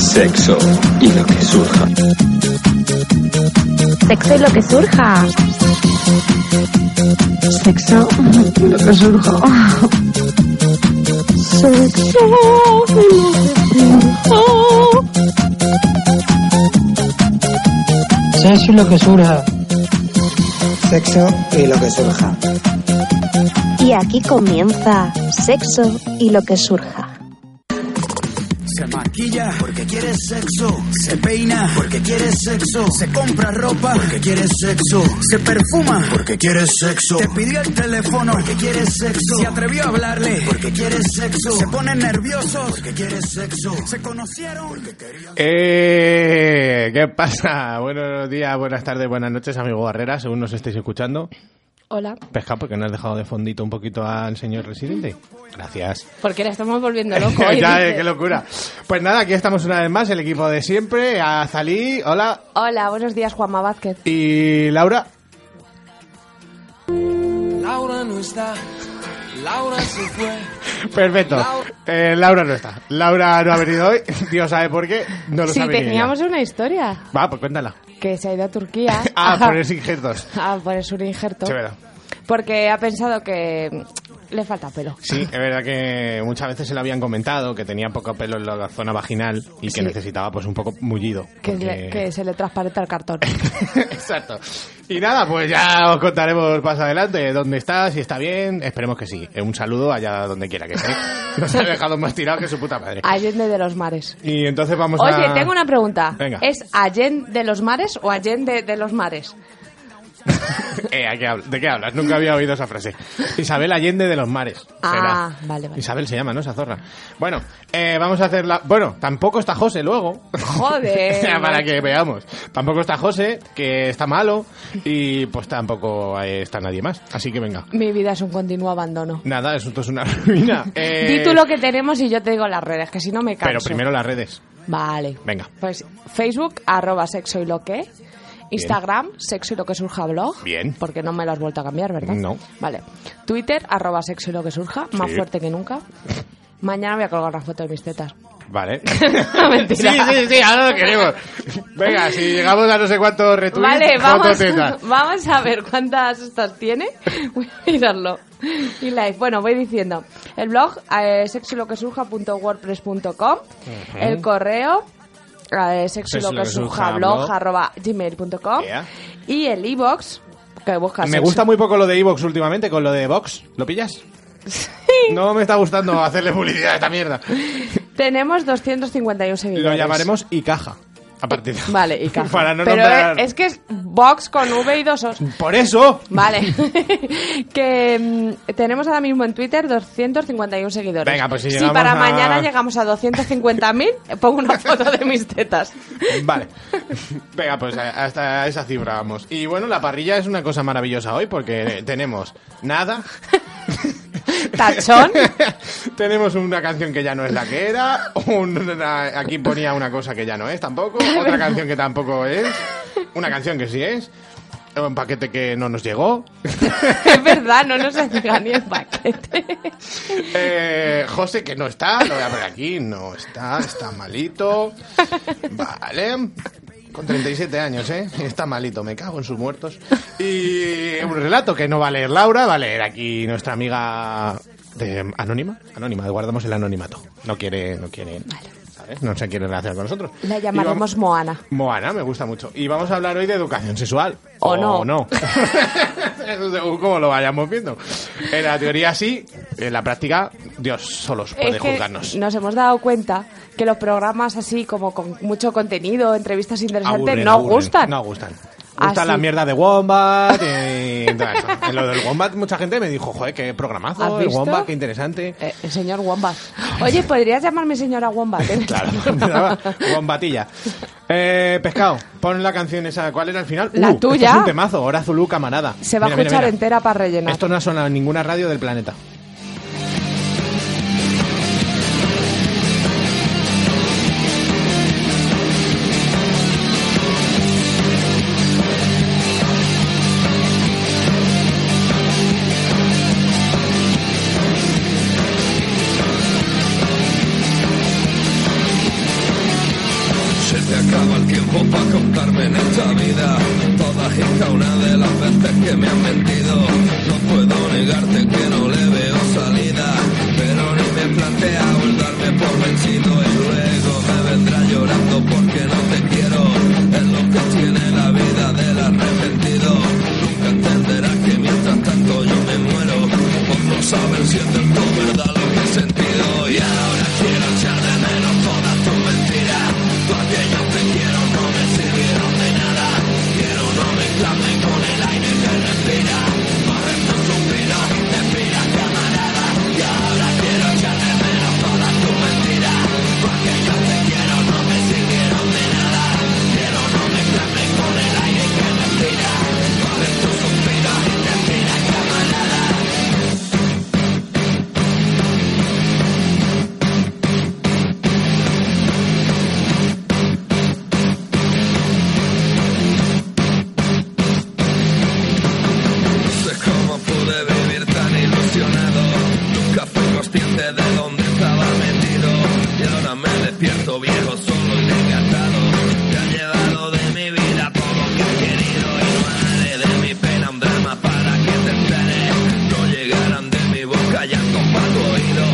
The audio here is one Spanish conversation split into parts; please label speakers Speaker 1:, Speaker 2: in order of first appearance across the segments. Speaker 1: Sexo y lo que surja.
Speaker 2: Sexo y lo que surja.
Speaker 3: Sexo y lo que surja. Sexo y lo que surja. Sexo y lo que surja.
Speaker 4: Sexo y lo que surja.
Speaker 2: Y aquí comienza Sexo y lo que surja.
Speaker 5: Se maquilla porque quiere sexo. Se peina porque quiere sexo. Se compra ropa porque quiere sexo. Se perfuma porque quiere sexo. Te pidió el teléfono porque quiere sexo. Se atrevió a hablarle porque quiere sexo. Se pone nervioso porque quiere sexo. Se conocieron porque querían.
Speaker 6: ¡Eh! ¿Qué pasa? Buenos días, buenas tardes, buenas noches, amigo Barrera, según nos estéis escuchando.
Speaker 7: Hola.
Speaker 6: Pescado, porque no has dejado de fondito un poquito al señor residente. Gracias.
Speaker 7: Porque la estamos volviendo loco. hoy,
Speaker 6: Ya, eh,
Speaker 7: dice.
Speaker 6: ¡Qué locura! Pues nada, aquí estamos una vez más, el equipo de siempre. Azalí, hola.
Speaker 7: Hola, buenos días, Juanma Vázquez.
Speaker 6: Y Laura.
Speaker 8: Laura no está, Laura se fue.
Speaker 6: Perfecto. Eh, Laura no está. Laura no ha venido hoy. Dios sabe por qué. No lo
Speaker 7: sí,
Speaker 6: sabe ni ella.
Speaker 7: teníamos una historia
Speaker 6: Va, pues cuéntala.
Speaker 7: que se ha ido a Turquía
Speaker 6: Ah,
Speaker 7: a,
Speaker 6: por esos injertos.
Speaker 7: a ponerse un injerto.
Speaker 6: Chévere.
Speaker 7: Porque ha pensado que mm, le falta pelo.
Speaker 6: Sí, es verdad que muchas veces se lo habían comentado que tenía poco pelo en la zona vaginal y que
Speaker 7: Sí.
Speaker 6: necesitaba pues un poco mullido.
Speaker 7: Que,
Speaker 6: porque-
Speaker 7: le- que se le transparenta el cartón.
Speaker 6: Exacto. Y nada, pues ya os contaremos más adelante dónde está, si está bien. Esperemos que sí. Un saludo allá donde quiera que esté. Nos ha dejado más tirado que su puta madre.
Speaker 7: Allende de los mares.
Speaker 6: Y entonces vamos a...
Speaker 7: Oye, tengo una pregunta.
Speaker 6: Venga.
Speaker 7: ¿Es Allende de los mares o Allende de los mares?
Speaker 6: Eh, ¿a qué habl- ¿De qué hablas? Nunca había oído esa frase. Isabel Allende de los Mares.
Speaker 7: Ah,
Speaker 6: será.
Speaker 7: vale, vale.
Speaker 6: Isabel se llama, ¿no? Esa zorra. Bueno, eh, vamos a hacer la... Bueno, tampoco está José luego.
Speaker 7: Joder.
Speaker 6: O sea, Para que veamos. Tampoco está José, que está malo, y pues tampoco eh, está nadie más. Así que venga.
Speaker 7: Mi vida es un continuo abandono.
Speaker 6: Nada, eso es una ruina. Eh,
Speaker 7: Di tú lo que tenemos y yo te digo las redes, que si no me canso.
Speaker 6: Pero primero las redes.
Speaker 7: Vale.
Speaker 6: Venga.
Speaker 7: Pues Facebook, arroba sexo y lo que. Instagram, sexo y lo que surja blog.
Speaker 6: Bien.
Speaker 7: Porque no me lo has vuelto a cambiar, ¿verdad?
Speaker 6: No.
Speaker 7: Vale. Twitter, arroba sexo y lo que surja. Más
Speaker 6: Sí.
Speaker 7: fuerte que nunca. Mañana voy a colgar una foto de mis tetas.
Speaker 6: Vale.
Speaker 7: Mentira.
Speaker 6: Sí, sí, sí, ahora lo queremos. Venga, si llegamos a no sé cuántos retweets,
Speaker 7: Vale, vamos,
Speaker 6: fototeta.
Speaker 7: vamos a ver cuántas estas tiene. Voy a mirarlo. Y live. Bueno, voy diciendo. El blog, eh, sexyloquesurja.wordpress.com. El correo, eh, sexyloquesurjablog.gmail.com.
Speaker 6: Yeah.
Speaker 7: Y el e-box, que busca
Speaker 6: Me
Speaker 7: sexo-
Speaker 6: gusta muy poco lo de Evox últimamente con lo de Vox. ¿Lo pillas? No me está gustando hacerle publicidad a esta mierda.
Speaker 7: Tenemos 251 seguidores.
Speaker 6: Lo llamaremos Icaja. A partir de
Speaker 7: Vale, y caja.
Speaker 6: Para no
Speaker 7: Pero
Speaker 6: nombrar-
Speaker 7: eh, es que es box con V y dos os.
Speaker 6: Por eso.
Speaker 7: Vale. que mm, tenemos ahora mismo en Twitter 251 seguidores.
Speaker 6: Venga, pues si llegamos
Speaker 7: para
Speaker 6: a-
Speaker 7: mañana llegamos a 250.000, pongo una foto de mis tetas.
Speaker 6: Vale. Venga, pues a- hasta esa cifra vamos. Y bueno, la parrilla es una cosa maravillosa hoy porque tenemos nada.
Speaker 7: Tachón.
Speaker 6: tenemos una canción que ya no es la que era. un- una- aquí ponía una cosa que ya no es tampoco. Otra canción que tampoco es. Una canción que sí es. Un paquete que no nos llegó.
Speaker 7: es verdad, no nos llega ni el paquete.
Speaker 6: Eh, José, que no está, lo voy a poner aquí, no está, está malito. Vale. Con 37 años, ¿eh? Está malito, me cago en sus muertos. Y un relato que no va a leer Laura, va a leer aquí nuestra amiga de anónima, anónima, guardamos el anonimato. No quiere, no quiere, ¿sabes? No se quiere relacionar con nosotros.
Speaker 7: La
Speaker 6: Y
Speaker 7: llamaremos
Speaker 6: vamos-
Speaker 7: Moana.
Speaker 6: Moana, me gusta mucho. Y vamos a hablar hoy de educación sexual.
Speaker 7: O no.
Speaker 6: Eso según cómo lo vayamos viendo. En la teoría sí, en la práctica Dios solos puede
Speaker 7: Es que
Speaker 6: juzgarnos.
Speaker 7: nos hemos dado cuenta que los programas así como con mucho contenido, entrevistas interesantes,
Speaker 6: Aburren,
Speaker 7: no
Speaker 6: aburren.
Speaker 7: gustan.
Speaker 6: No gustan.
Speaker 7: Ah,
Speaker 6: Gustan
Speaker 7: sí.
Speaker 6: la mierda de Wombat. y todo eso. En lo del Wombat, mucha gente me dijo, joder, qué
Speaker 7: ¿Has
Speaker 6: programazo. El
Speaker 7: visto?
Speaker 6: Wombat, qué interesante.
Speaker 7: Eh, el señor Wombat. Oye, ¿podrías llamarme señora Wombat? en este
Speaker 6: Claro,
Speaker 7: programa?
Speaker 6: bombatilla. Eh, pescado, pon la canción esa. ¿Cuál era el final? Uh,
Speaker 7: La
Speaker 6: esto
Speaker 7: tuya.
Speaker 6: es un temazo, ahora Zulu, camarada.
Speaker 7: Se va
Speaker 6: Mira,
Speaker 7: a
Speaker 6: mira,
Speaker 7: escuchar
Speaker 6: mira.
Speaker 7: entera para rellenar.
Speaker 6: Esto no ha sonado en ninguna radio del planeta.
Speaker 9: acaba el tiempo para contarme en esta vida todas y cada una de las veces que me han mentido. No puedo negarte que no le veo salida, pero no me plantea volverme por vencido y luego me vendrá llorando porque no te quiero. Es lo que tiene la vida del arrepentido. Nunca entenderás que mientras tanto yo me muero por no saber si es del todo verdad lo que he sentido. Y ahora quiero echar de menos todas tus mentiras. Tú aquellos te quiero no me sirvieron de nada. Quiero no mezclarme con el aire que respira. Bajen tus suspiros y respira camarada. Y ahora quiero echar de menos todas tus mentiras. Tú aquellos te quiero no me sirvieron de nada. Quiero no mezclarme con el aire que respira. Bajen tus suspiros y respira camarada. No sé cómo pude vivir tan ilusionado. Nunca fui consciente de dónde estaba metido. Y ahora me despierto viejo, solo y desgastado. Te han llevado de mi vida todo lo que has querido. Y no haré de mi pena un drama para que te enteres. No llegarán de mi boca llantos para tu oído.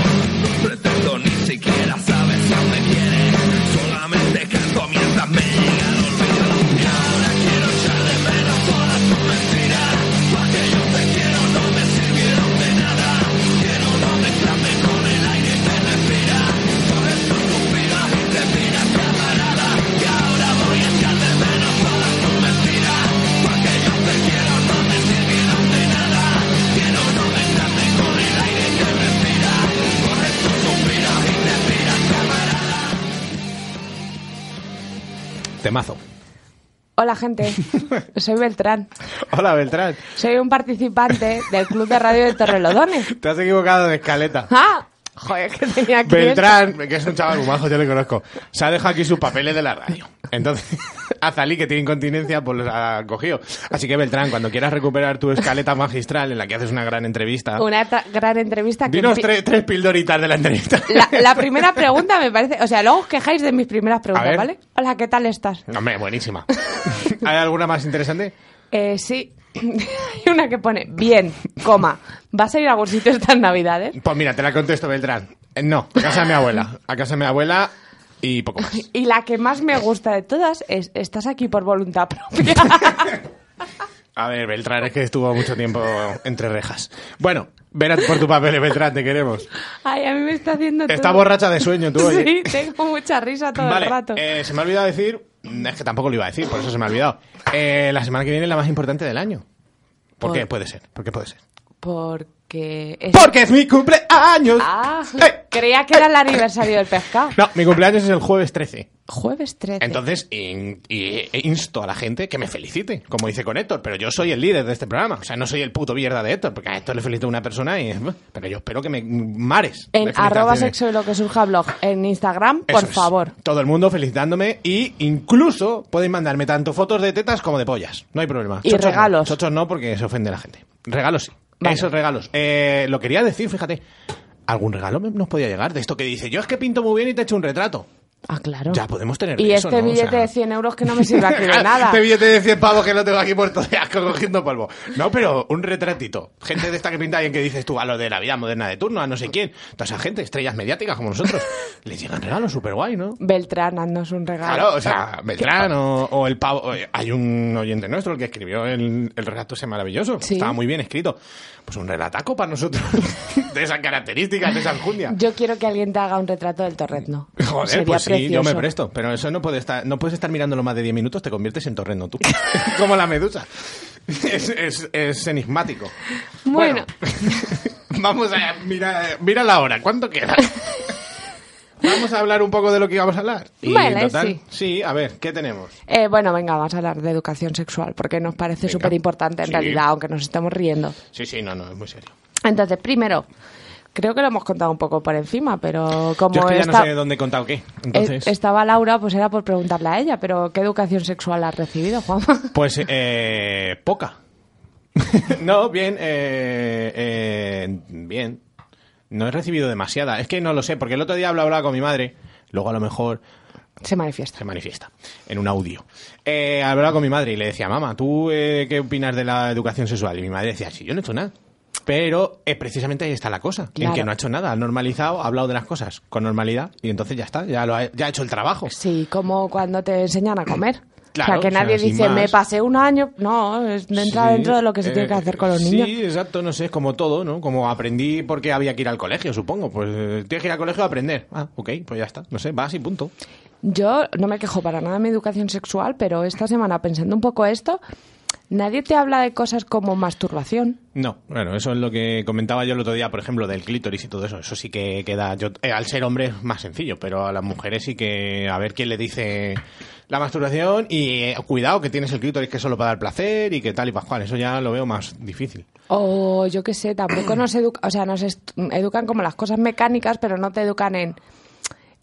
Speaker 9: No pretendo ni siquiera saber si aún me quieres. Solamente canto mientras me llega el olvido. Y ahora quiero echar de menos todas tus mentiras. Aquellos te quiero no me sirvieron de nada. Quiero no mezclarme con el aire que respira. Coge tus suspiros y te miras camarada. Y ahora voy a echar de menos todas tus mentiras. Aquellos te quiero no me sirvieron de nada. Quiero no mezclarme con el aire que respira. Coge tus suspiros y te miras camarada.
Speaker 6: Temazo.
Speaker 7: Hola, gente. Soy Beltrán.
Speaker 6: Hola, Beltrán.
Speaker 7: Soy un participante del Club de Radio de Torrelodones.
Speaker 6: Te has equivocado de escaleta.
Speaker 7: ¡Ah! Joder, que tenía aquí.
Speaker 6: Beltrán, que es un chaval muy majo, yo le conozco, se ha dejado aquí sus papeles de la radio. Entonces, Azalí, que tiene incontinencia, pues los ha cogido. Así que, Beltrán, cuando quieras recuperar tu escaleta magistral en la que haces una gran entrevista,
Speaker 7: Una tra- gran entrevista. que
Speaker 6: dinos
Speaker 7: empi-
Speaker 6: tres, tres pildoritas de la entrevista.
Speaker 7: La, la primera pregunta me parece. O sea, luego os quejáis de mis primeras preguntas,
Speaker 6: ver.
Speaker 7: ¿vale? Hola, ¿qué tal estás?
Speaker 6: Hombre, buenísima. ¿Hay alguna más interesante?
Speaker 7: Eh, sí. Hay una que pone, bien, coma. ¿Vas a ir a algún sitio estas navidades?
Speaker 6: Pues mira, te la contesto, Beltrán. Eh, No, a casa de mi abuela. A casa de mi abuela y poco más.
Speaker 7: Y la que más me gusta de todas es, estás aquí por voluntad propia.
Speaker 6: A ver, Beltrán, es que estuvo mucho tiempo entre rejas. Bueno, ven a- por tu papel, Beltrán, te queremos.
Speaker 7: Ay, a mí me está haciendo
Speaker 6: Está
Speaker 7: todo.
Speaker 6: borracha de sueño, tú, oye.
Speaker 7: Sí, tengo mucha risa todo
Speaker 6: vale,
Speaker 7: el rato.
Speaker 6: eh, se me ha olvidado decir, mm, es que tampoco lo iba a decir, por eso se me ha olvidado. Eh, la semana que viene es la más importante del año. ¿Por,
Speaker 7: Por-
Speaker 6: qué? Puede ser, ¿por qué puede ser?
Speaker 7: Porque... es-
Speaker 6: Porque es mi cumpleaños.
Speaker 7: Ah,
Speaker 6: ¡Eh!
Speaker 7: creía que era el aniversario del pescado.
Speaker 6: No, mi cumpleaños es el jueves 13.
Speaker 7: Jueves 13.
Speaker 6: Entonces, in- y- e insto a la gente que me felicite, como hice con Héctor, pero yo soy el líder de este programa. O sea, no soy el puto mierda de Héctor, porque a Héctor le felicito a una persona y... eh, Pero yo espero que me mares. de
Speaker 7: en arroba
Speaker 6: felicitaciones.
Speaker 7: sexo y lo que surja blog en Instagram,
Speaker 6: Eso
Speaker 7: por
Speaker 6: es.
Speaker 7: favor.
Speaker 6: Todo el mundo felicitándome y incluso podéis mandarme tanto fotos de tetas como de pollas. No hay problema.
Speaker 7: Y
Speaker 6: Chochos no.
Speaker 7: regalos.
Speaker 6: Chochos no porque se ofende la gente. Regalos sí.
Speaker 7: Vale.
Speaker 6: Esos regalos. Eh, lo quería decir, fíjate. ¿Algún regalo me- nos podía llegar de esto que dice? Yo es que pinto muy bien y te echo un retrato.
Speaker 7: Ah, claro.
Speaker 6: Ya podemos tener
Speaker 7: Y
Speaker 6: eso,
Speaker 7: este
Speaker 6: ¿no? O
Speaker 7: billete
Speaker 6: sea-
Speaker 7: de 100 euros que no me sirve aquí de nada.
Speaker 6: Este billete de 100 pavos que lo tengo aquí puesto de asco cogiendo polvo. No, pero un retratito. Gente de esta que pinta bien que dices tú a lo de la vida moderna de turno, a no sé quién. Toda esa gente, estrellas mediáticas como nosotros, les llegan regalos súper guay, ¿no?
Speaker 7: Beltrán, haznos un regalo.
Speaker 6: Claro, o sea, Beltrán o, o el pavo. oye, Hay un oyente nuestro el que escribió el, el relato ese maravilloso.
Speaker 7: Sí.
Speaker 6: Estaba muy bien escrito. Pues un relataco para nosotros de esas características, de esa enjundia.
Speaker 7: Yo quiero que alguien te haga un retrato del torretno.
Speaker 6: Joder,
Speaker 7: Sería
Speaker 6: pues sí, yo
Speaker 7: precioso.
Speaker 6: me presto. Pero eso no puede estar, no puedes estar mirándolo más de 10 minutos, te conviertes en torrendo tú. Como la medusa. Es, es- es enigmático.
Speaker 7: Bueno.
Speaker 6: vamos a mira, mira la hora, ¿cuánto queda? Vamos a hablar un poco de lo que íbamos a hablar.
Speaker 7: Vale, sí.
Speaker 6: a ver, ¿qué tenemos?
Speaker 7: Eh, bueno, venga, vamos a hablar de educación sexual porque nos parece
Speaker 6: Venga.
Speaker 7: súper importante en
Speaker 6: Sí.
Speaker 7: realidad, aunque nos estemos riendo.
Speaker 6: Sí, sí, no, no, es muy serio.
Speaker 7: Entonces, primero, creo que lo hemos contado un poco por encima, pero como
Speaker 6: Yo es que ya
Speaker 7: esta-
Speaker 6: no sé dónde he contado qué. Entonces,
Speaker 7: eh, estaba Laura, pues era por preguntarle a ella, pero ¿qué educación sexual has recibido, Juanma?
Speaker 6: pues eh, poca. no, bien, eh, eh, bien. No he recibido demasiada. Es que no lo sé, porque el otro día hablaba, hablaba con mi madre. Luego a lo mejor
Speaker 7: Se manifiesta.
Speaker 6: Se manifiesta. En un audio. Eh, hablaba con mi madre y le decía, mamá, ¿tú eh, qué opinas de la educación sexual? Y mi madre decía, sí, yo no he hecho nada. Pero eh, precisamente ahí está la cosa,
Speaker 7: Claro.
Speaker 6: en que no ha hecho nada, ha normalizado, ha hablado de las cosas con normalidad y entonces ya está, ya, lo ha, ya ha hecho el trabajo.
Speaker 7: Sí, como cuando te enseñan a comer. o
Speaker 6: Claro,
Speaker 7: sea, que
Speaker 6: o sea,
Speaker 7: nadie
Speaker 6: sin
Speaker 7: dice,
Speaker 6: más.
Speaker 7: me pasé un año. No, es- entra
Speaker 6: Sí,
Speaker 7: dentro de lo que se
Speaker 6: eh,
Speaker 7: tiene que hacer con los niños.
Speaker 6: Sí, exacto, no sé, es como todo, ¿no? Como aprendí porque había que ir al colegio, supongo. Pues eh, tienes que ir al colegio a aprender. Ah, ok, pues ya está, no sé, vas y punto.
Speaker 7: Yo no me quejo para nada de mi educación sexual, pero esta semana, pensando un poco esto, nadie te habla de cosas como masturbación.
Speaker 6: No, bueno, eso es lo que comentaba yo el otro día, por ejemplo, del clítoris y todo eso. Eso sí que queda. Yo, eh, al ser hombre es más sencillo, pero a las mujeres sí que. A ver quién le dice la masturbación y eh, cuidado que tienes el clítoris que es solo para dar placer y que tal y pascual. Eso ya lo veo más difícil.
Speaker 7: O yo qué sé, tampoco nos educan, o sea, nos est- educan como las cosas mecánicas, pero no te educan en,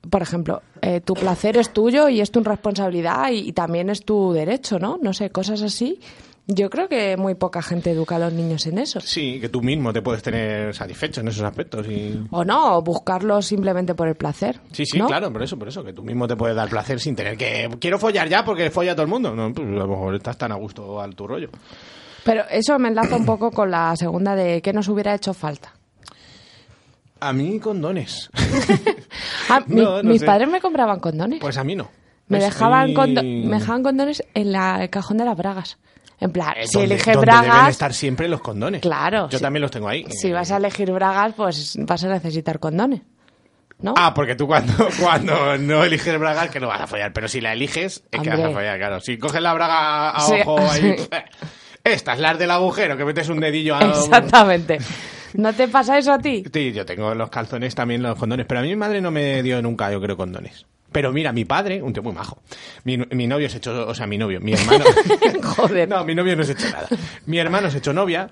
Speaker 7: por ejemplo, eh, tu placer es tuyo y es tu responsabilidad y, y también es tu derecho, ¿no? No sé, cosas así. Yo creo que muy poca gente educa a los niños en eso.
Speaker 6: Sí, que tú mismo te puedes tener satisfecho en esos aspectos. Y...
Speaker 7: O no, o buscarlo simplemente por el placer.
Speaker 6: Sí, sí,
Speaker 7: ¿no?
Speaker 6: claro, por eso, por eso, que tú mismo te puedes dar placer sin tener que. Quiero follar ya porque folla todo el mundo. No, pues a lo mejor estás tan a gusto al tu rollo.
Speaker 7: Pero eso me enlaza un poco con la segunda de qué nos hubiera hecho falta.
Speaker 6: A mí condones.
Speaker 7: Ah, mi-
Speaker 6: No, no
Speaker 7: mis
Speaker 6: sé.
Speaker 7: padres me compraban condones.
Speaker 6: Pues a mí no.
Speaker 7: Me
Speaker 6: Es-
Speaker 7: dejaban,
Speaker 6: y-
Speaker 7: condo- me dejaban condones en la, el cajón de las bragas. En plan, si
Speaker 6: donde-
Speaker 7: eliges
Speaker 6: donde Eh, deben
Speaker 7: bragas,
Speaker 6: estar siempre los condones.
Speaker 7: Claro,
Speaker 6: Yo
Speaker 7: sí.
Speaker 6: también los tengo ahí.
Speaker 7: si vas a elegir bragas, pues vas a necesitar condones. ¿No?
Speaker 6: Ah, porque tú cuando, cuando no eliges bragas que no vas a follar, pero si la eliges es que
Speaker 7: Hombre.
Speaker 6: vas a follar, claro. Si coges la braga a
Speaker 7: Sí,
Speaker 6: ojo ahí,
Speaker 7: sí.
Speaker 6: esta es la del agujero, que metes un dedillo a...
Speaker 7: Exactamente. ¿No te pasa eso a ti?
Speaker 6: Sí, yo tengo los calzones también, los condones, pero a mí mi madre no me dio nunca, yo creo, condones. Pero mira, mi padre, un tío muy majo, mi, mi novio se echó, o sea, mi novio, mi hermano...
Speaker 7: Joder.
Speaker 6: No, mi novio no se echó nada. Mi hermano se echó novia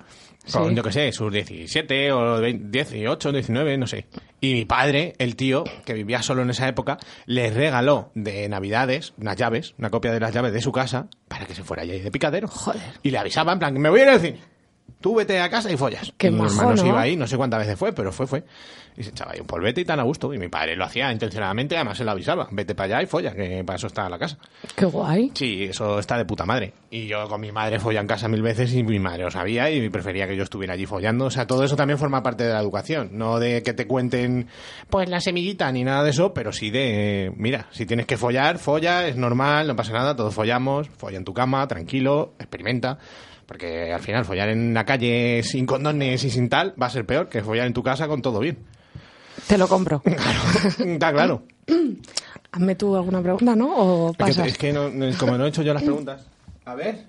Speaker 6: con,
Speaker 7: Sí.
Speaker 6: yo qué sé, sus 17 o 20, 18, 19, no sé. Y mi padre, el tío, que vivía solo en esa época, le regaló de Navidades unas llaves, una copia de las llaves de su casa, para que se fuera allí de picadero.
Speaker 7: Joder.
Speaker 6: Y le avisaba en plan, que me voy a ir al cine. Tú vete a casa y follas.
Speaker 7: Qué
Speaker 6: y mi
Speaker 7: majo,
Speaker 6: hermano se
Speaker 7: ¿no?
Speaker 6: iba ahí, no sé cuántas veces fue, pero fue, fue. Y se echaba ahí un polvete y tan a gusto. Y mi padre lo hacía intencionadamente, además se lo avisaba. Vete para allá y follas, que para eso está la casa.
Speaker 7: Qué guay.
Speaker 6: Sí, eso está de puta madre. Y yo con mi madre follé en casa mil veces y mi madre lo sabía y prefería que yo estuviera allí follando. O sea, todo eso también forma parte de la educación. No de que te cuenten, pues, la semillita ni nada de eso, pero sí de, eh, mira, si tienes que follar, folla, es normal, no pasa nada, todos follamos, folla en tu cama, tranquilo, experimenta. Porque al final follar en la calle sin condones y sin tal va a ser peor que follar en tu casa con todo bien.
Speaker 7: Te lo compro.
Speaker 6: Está claro.
Speaker 7: Hazme tú alguna pregunta, ¿no? O
Speaker 6: Es que-
Speaker 7: pasas.
Speaker 6: Es que, no- no- como no he hecho yo las preguntas. A ver.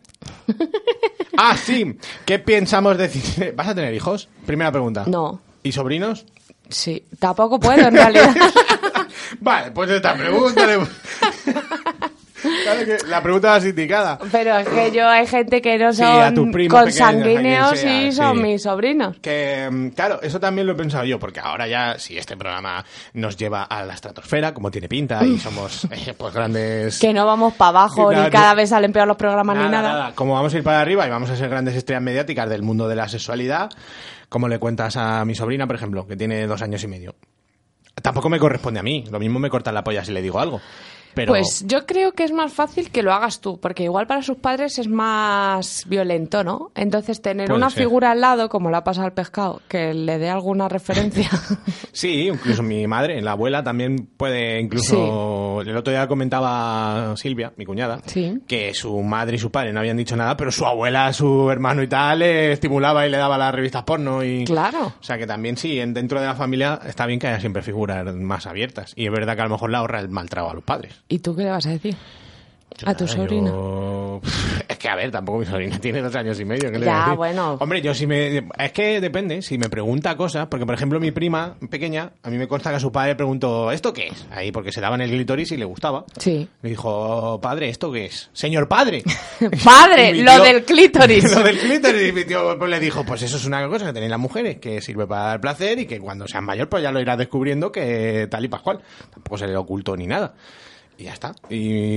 Speaker 6: ah, sí. ¿Qué pensamos decir? ¿Vas a tener hijos? Primera pregunta.
Speaker 7: No.
Speaker 6: ¿Y sobrinos?
Speaker 7: Sí, tampoco puedo en realidad.
Speaker 6: vale, pues esta pregunta. le- claro que la pregunta es indicada.
Speaker 7: Pero es que yo hay gente que no
Speaker 6: Sí, a tus
Speaker 7: son
Speaker 6: primos
Speaker 7: consanguíneos
Speaker 6: pequeños, a quien
Speaker 7: y
Speaker 6: sea,
Speaker 7: son
Speaker 6: sí.
Speaker 7: mis sobrinos.
Speaker 6: Que, mm, claro, eso también lo he pensado yo, porque ahora ya, si este programa nos lleva a la estratosfera, como tiene pinta, y somos eh, pues grandes
Speaker 7: Mm. Que no vamos para abajo,
Speaker 6: Sí, nada,
Speaker 7: ni cada
Speaker 6: tú-
Speaker 7: vez salen peor los programas, ni nada.
Speaker 6: Como vamos a ir para arriba y vamos a ser grandes estrellas mediáticas del mundo de la sexualidad, como le cuentas a mi sobrina, por ejemplo, que tiene dos años y medio. Tampoco me corresponde a mí. Lo mismo me cortan la polla si le digo algo. Pero
Speaker 7: Pues yo creo que es más fácil que lo hagas tú, porque igual para sus padres es más violento, ¿no? Entonces tener
Speaker 6: Puede
Speaker 7: una
Speaker 6: ser.
Speaker 7: figura al lado, como la pasa al pescado, que le dé alguna referencia.
Speaker 6: sí, incluso mi madre, la abuela también puede, incluso el otro día comentaba Silvia, mi cuñada,
Speaker 7: Sí.
Speaker 6: que su madre y su padre no habían dicho nada, pero su abuela, su hermano y tal le estimulaba y le daba las revistas porno y
Speaker 7: claro.
Speaker 6: O sea que también sí, en- dentro de la familia está bien que haya siempre figuras más abiertas. Y es verdad que a lo mejor le ahorra el mal trago a los padres.
Speaker 7: ¿Y tú qué le vas a decir?
Speaker 6: Yo
Speaker 7: A tu
Speaker 6: nada,
Speaker 7: sobrina.
Speaker 6: yo- Es que a ver, tampoco mi sobrina tiene dos años y medio. ¿qué le
Speaker 7: Ya,
Speaker 6: voy a decir?
Speaker 7: bueno.
Speaker 6: Hombre, yo sí me. Es que depende, si me pregunta cosas. Porque por ejemplo, mi prima pequeña, a mí me consta que a su padre le preguntó, ¿esto qué es? Ahí porque se daban el glitoris y le gustaba.
Speaker 7: Sí.
Speaker 6: Le dijo, padre, ¿esto qué es? Señor padre.
Speaker 7: Padre,
Speaker 6: Y mi
Speaker 7: lo
Speaker 6: tío-
Speaker 7: del clítoris.
Speaker 6: lo del clítoris. Y mi tío pues, le dijo, pues eso es una cosa que tenéis las mujeres, que sirve para dar placer y que cuando seas mayor pues ya lo irás descubriendo que tal y pascual. Tampoco se le ocultó ni nada. Y ya está. Y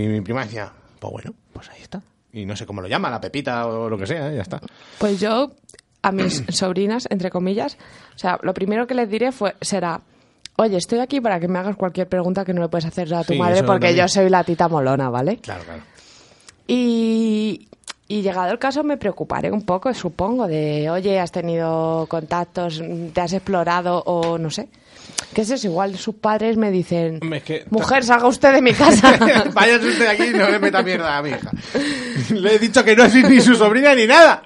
Speaker 6: mi prima decía, pues bueno, pues ahí está. Y no sé cómo lo llama, la pepita o lo que sea, y ya está.
Speaker 7: Pues yo, a mis sobrinas, entre comillas, o sea, lo primero que les diré fue, será, Oye, estoy aquí para que me hagas cualquier pregunta que no le puedes hacer a tu
Speaker 6: Sí,
Speaker 7: madre
Speaker 6: eso
Speaker 7: porque
Speaker 6: también.
Speaker 7: yo soy la tita molona, ¿vale?
Speaker 6: Claro, claro.
Speaker 7: Y, y llegado el caso me preocuparé un poco, supongo, de, oye, has tenido contactos, mm, te has explorado o no sé. ¿Qué es eso? Igual sus padres me dicen,
Speaker 6: Hombre, es que-
Speaker 7: mujer, salga usted de mi casa.
Speaker 6: Váyase usted de aquí y no le meta mierda a mi hija. Le he dicho que no es ni su sobrina ni nada.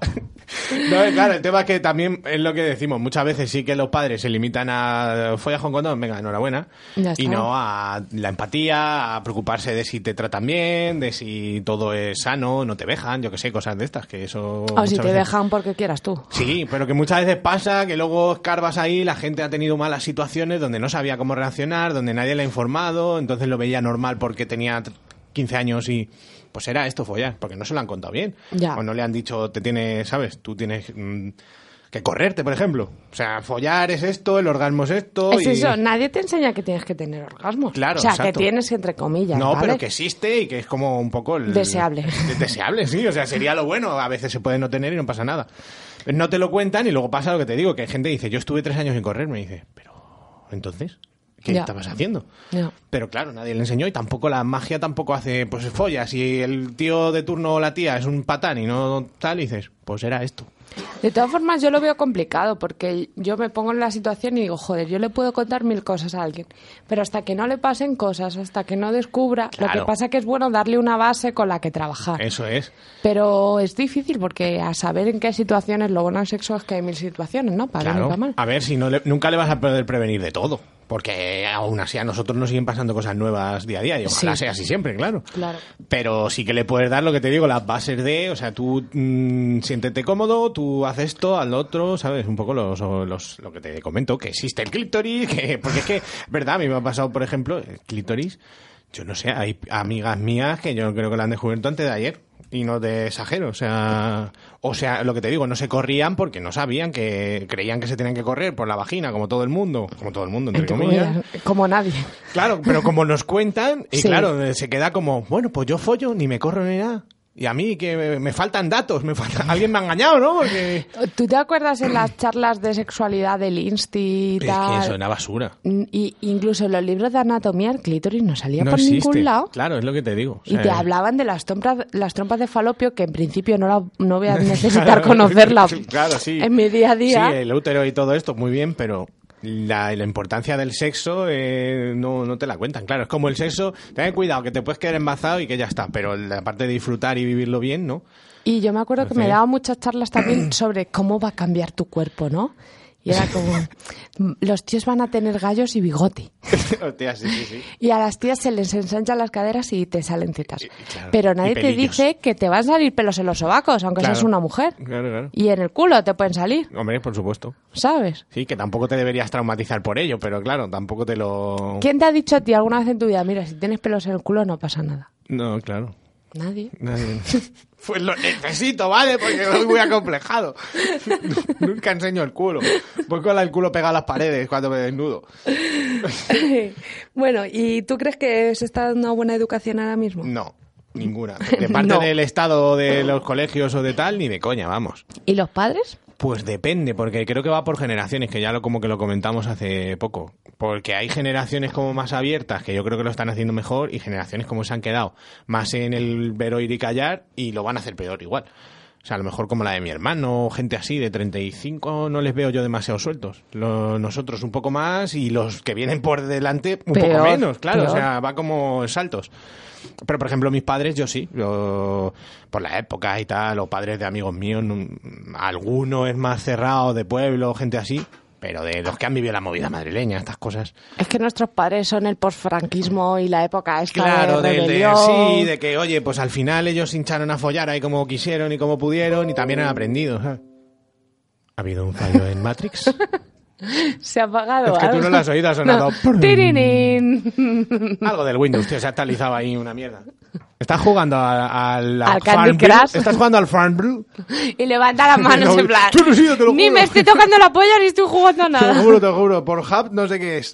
Speaker 6: No, eh, claro, el tema es que también es lo que decimos. Muchas veces sí que los padres se limitan a follar con condón, venga, enhorabuena.
Speaker 7: Ya está.
Speaker 6: Y no a la empatía, a preocuparse de si te tratan bien, de si todo es sano, no te dejan, yo que sé, cosas de estas, que eso...
Speaker 7: o si
Speaker 6: muchas
Speaker 7: te
Speaker 6: veces-
Speaker 7: dejan porque quieras tú.
Speaker 6: Sí, pero que muchas veces pasa que luego escarbas ahí, la gente ha tenido malas situaciones donde no sabía cómo reaccionar, donde nadie le ha informado, entonces lo veía normal porque tenía tr- 15 años y pues era esto follar, porque no se lo han contado bien.
Speaker 7: Ya.
Speaker 6: O no le han dicho, te tienes, ¿sabes? Tú tienes mm, que correrte, por ejemplo. O sea, follar es esto, el orgasmo es esto.
Speaker 7: Es
Speaker 6: y...
Speaker 7: eso, nadie te enseña que tienes que tener orgasmos.
Speaker 6: Claro,
Speaker 7: o sea,
Speaker 6: exacto.
Speaker 7: que tienes entre comillas.
Speaker 6: No,
Speaker 7: ¿vale?
Speaker 6: pero que existe y que es como un poco... el-
Speaker 7: Deseable.
Speaker 6: Es Deseable, sí. O sea, sería lo bueno. A veces se puede no tener y no pasa nada. No te lo cuentan y luego pasa lo que te digo, que hay gente que dice, yo estuve tres años sin correr. Me dice, pero entonces, ¿qué
Speaker 7: Ya.
Speaker 6: estabas haciendo?
Speaker 7: Ya.
Speaker 6: Pero claro, nadie le enseñó y tampoco la magia tampoco hace, pues follas. Si el tío de turno o la tía es un patán y no tal, y dices, pues era esto.
Speaker 7: De todas formas, yo lo veo complicado porque yo me pongo en la situación y digo, joder, yo le puedo contar mil cosas a alguien, pero hasta que no le pasen cosas, hasta que no descubra, lo
Speaker 6: Claro.
Speaker 7: que pasa que es bueno darle una base con la que trabajar.
Speaker 6: Eso es.
Speaker 7: Pero es difícil porque a saber en qué situaciones, lo bueno del sexo es que hay mil situaciones, ¿no? Para bien y
Speaker 6: Claro. Ah.
Speaker 7: para mal.
Speaker 6: A ver, si no le- nunca le vas a poder prevenir de todo. Porque aún así a nosotros nos siguen pasando cosas nuevas día a día. Y ojalá
Speaker 7: Sí.
Speaker 6: sea así siempre, claro.
Speaker 7: Claro.
Speaker 6: Pero sí que le puedes dar lo que te digo, las bases de. O sea, tú mm, siéntete cómodo, tú haces esto, al otro, ¿sabes? Un poco los, los- lo que te comento, que existe el clítoris. Que, porque es que, ¿verdad? A mí me ha pasado, por ejemplo, el clítoris. Yo no sé, hay amigas mías que yo creo que la han descubierto antes de ayer. Y no te exagero, o sea, o sea, lo que te digo, no se corrían porque no sabían que creían que se tenían que correr por la vagina, como todo el mundo, como todo el mundo, entre,
Speaker 7: Entre
Speaker 6: comillas.
Speaker 7: comillas, Como nadie.
Speaker 6: Claro, pero como nos cuentan, y
Speaker 7: Sí.
Speaker 6: claro, eh, se queda como, bueno, pues yo follo, ni me corro ni nada. Y a mí que me, me faltan datos, me falta, alguien me ha engañado, ¿no? Porque...
Speaker 7: ¿Tú te acuerdas en las charlas de sexualidad del Insti y tal?
Speaker 6: basura.
Speaker 7: Mm, Y incluso en los libros de anatomía el clítoris no salía por ningún lado.
Speaker 6: Claro, es lo que te digo.
Speaker 7: Y te hablaban de las trompas, las trompas de falopio, que en principio no, la- no voy a necesitar conocerlas
Speaker 6: Claro, sí.
Speaker 7: en mi día a día.
Speaker 6: Sí, el útero y todo esto, muy bien, pero la, la importancia del sexo eh, no, no te la cuentan. Claro, es como el sexo, ten cuidado, que te puedes quedar embarazado y que ya está, pero la parte de disfrutar y vivirlo bien, ¿no?
Speaker 7: Y yo me acuerdo que me
Speaker 6: Entonces-
Speaker 7: daba muchas charlas también sobre cómo va a cambiar tu cuerpo, ¿no? Y era como, "Mm, los tíos van a tener gallos y bigote.
Speaker 6: Hostia, sí, sí, sí.
Speaker 7: Y a las tías se les ensanchan las caderas y te salen tetas.
Speaker 6: Y- Eh, claro,
Speaker 7: Pero
Speaker 6: y
Speaker 7: nadie te
Speaker 6: pelillos.
Speaker 7: dice que te van a salir pelos en los sobacos, aunque
Speaker 6: Claro.
Speaker 7: seas una mujer.
Speaker 6: Claro, claro.
Speaker 7: Y en el culo te pueden salir,
Speaker 6: Hombre, por supuesto.
Speaker 7: ¿sabes?
Speaker 6: Sí, que tampoco te deberías traumatizar por ello, pero claro, tampoco te lo...
Speaker 7: ¿Quién te ha dicho a ti alguna vez en tu vida, mira, si tienes pelos en el culo no pasa nada?
Speaker 6: No, claro.
Speaker 7: Nadie.
Speaker 6: Nadie- Pues lo necesito, ¿vale? Porque soy muy acomplejado. Nunca enseño el culo. Voy con el culo pegado a las paredes cuando me desnudo.
Speaker 7: bueno, ¿y tú crees que se está dando una buena educación ahora mismo?
Speaker 6: No, ninguna. De parte
Speaker 7: No.
Speaker 6: del Estado, de los colegios o de tal, ni de coña, vamos.
Speaker 7: ¿Y los padres?
Speaker 6: Pues depende, porque creo que va por generaciones, que ya lo como que lo comentamos hace poco. Porque hay generaciones como más abiertas, que yo creo que lo están haciendo mejor, y generaciones como se han quedado más en el ver, oír y callar, y lo van a hacer peor igual. O sea, a lo mejor como la de mi hermano, o gente así de 35, no les veo yo demasiado sueltos. Lo- nosotros un poco más, y los que vienen por delante un
Speaker 7: Peor,
Speaker 6: poco menos, claro. O
Speaker 7: peor.
Speaker 6: sea, va como en saltos. Pero, por ejemplo, mis padres, yo sí. Yo, por la época y tal, los padres de amigos míos, mm, alguno es más cerrado de pueblo, gente así. Pero de los que han vivido la movida madrileña, estas cosas.
Speaker 7: Es que nuestros padres son el posfranquismo y la época esta de
Speaker 6: del-
Speaker 7: rebelión.
Speaker 6: sí, de que, oye, pues al final ellos se hincharon a follar ahí como quisieron y como pudieron y también han aprendido. ¿sabes? ¿Ha habido un fallo en Matrix?
Speaker 7: Se ha apagado
Speaker 6: Es que tú
Speaker 7: algo.
Speaker 6: no lo has oído, ha sonado.
Speaker 7: Tirinin.
Speaker 6: Algo del Windows, tío, se ha actualizado ahí una mierda. ¿Estás jugando a- al, Farm
Speaker 7: Al Candy
Speaker 6: Brew?
Speaker 7: Crush.
Speaker 6: ¿Estás jugando al Farm Brew?
Speaker 7: Y levanta las manos
Speaker 6: No,
Speaker 7: en plan.
Speaker 6: yo no he sido, te lo
Speaker 7: ni
Speaker 6: juro".
Speaker 7: me estoy tocando la polla ni estoy jugando a
Speaker 6: Te lo
Speaker 7: nada.
Speaker 6: juro, te lo juro. Por Hub no sé qué es.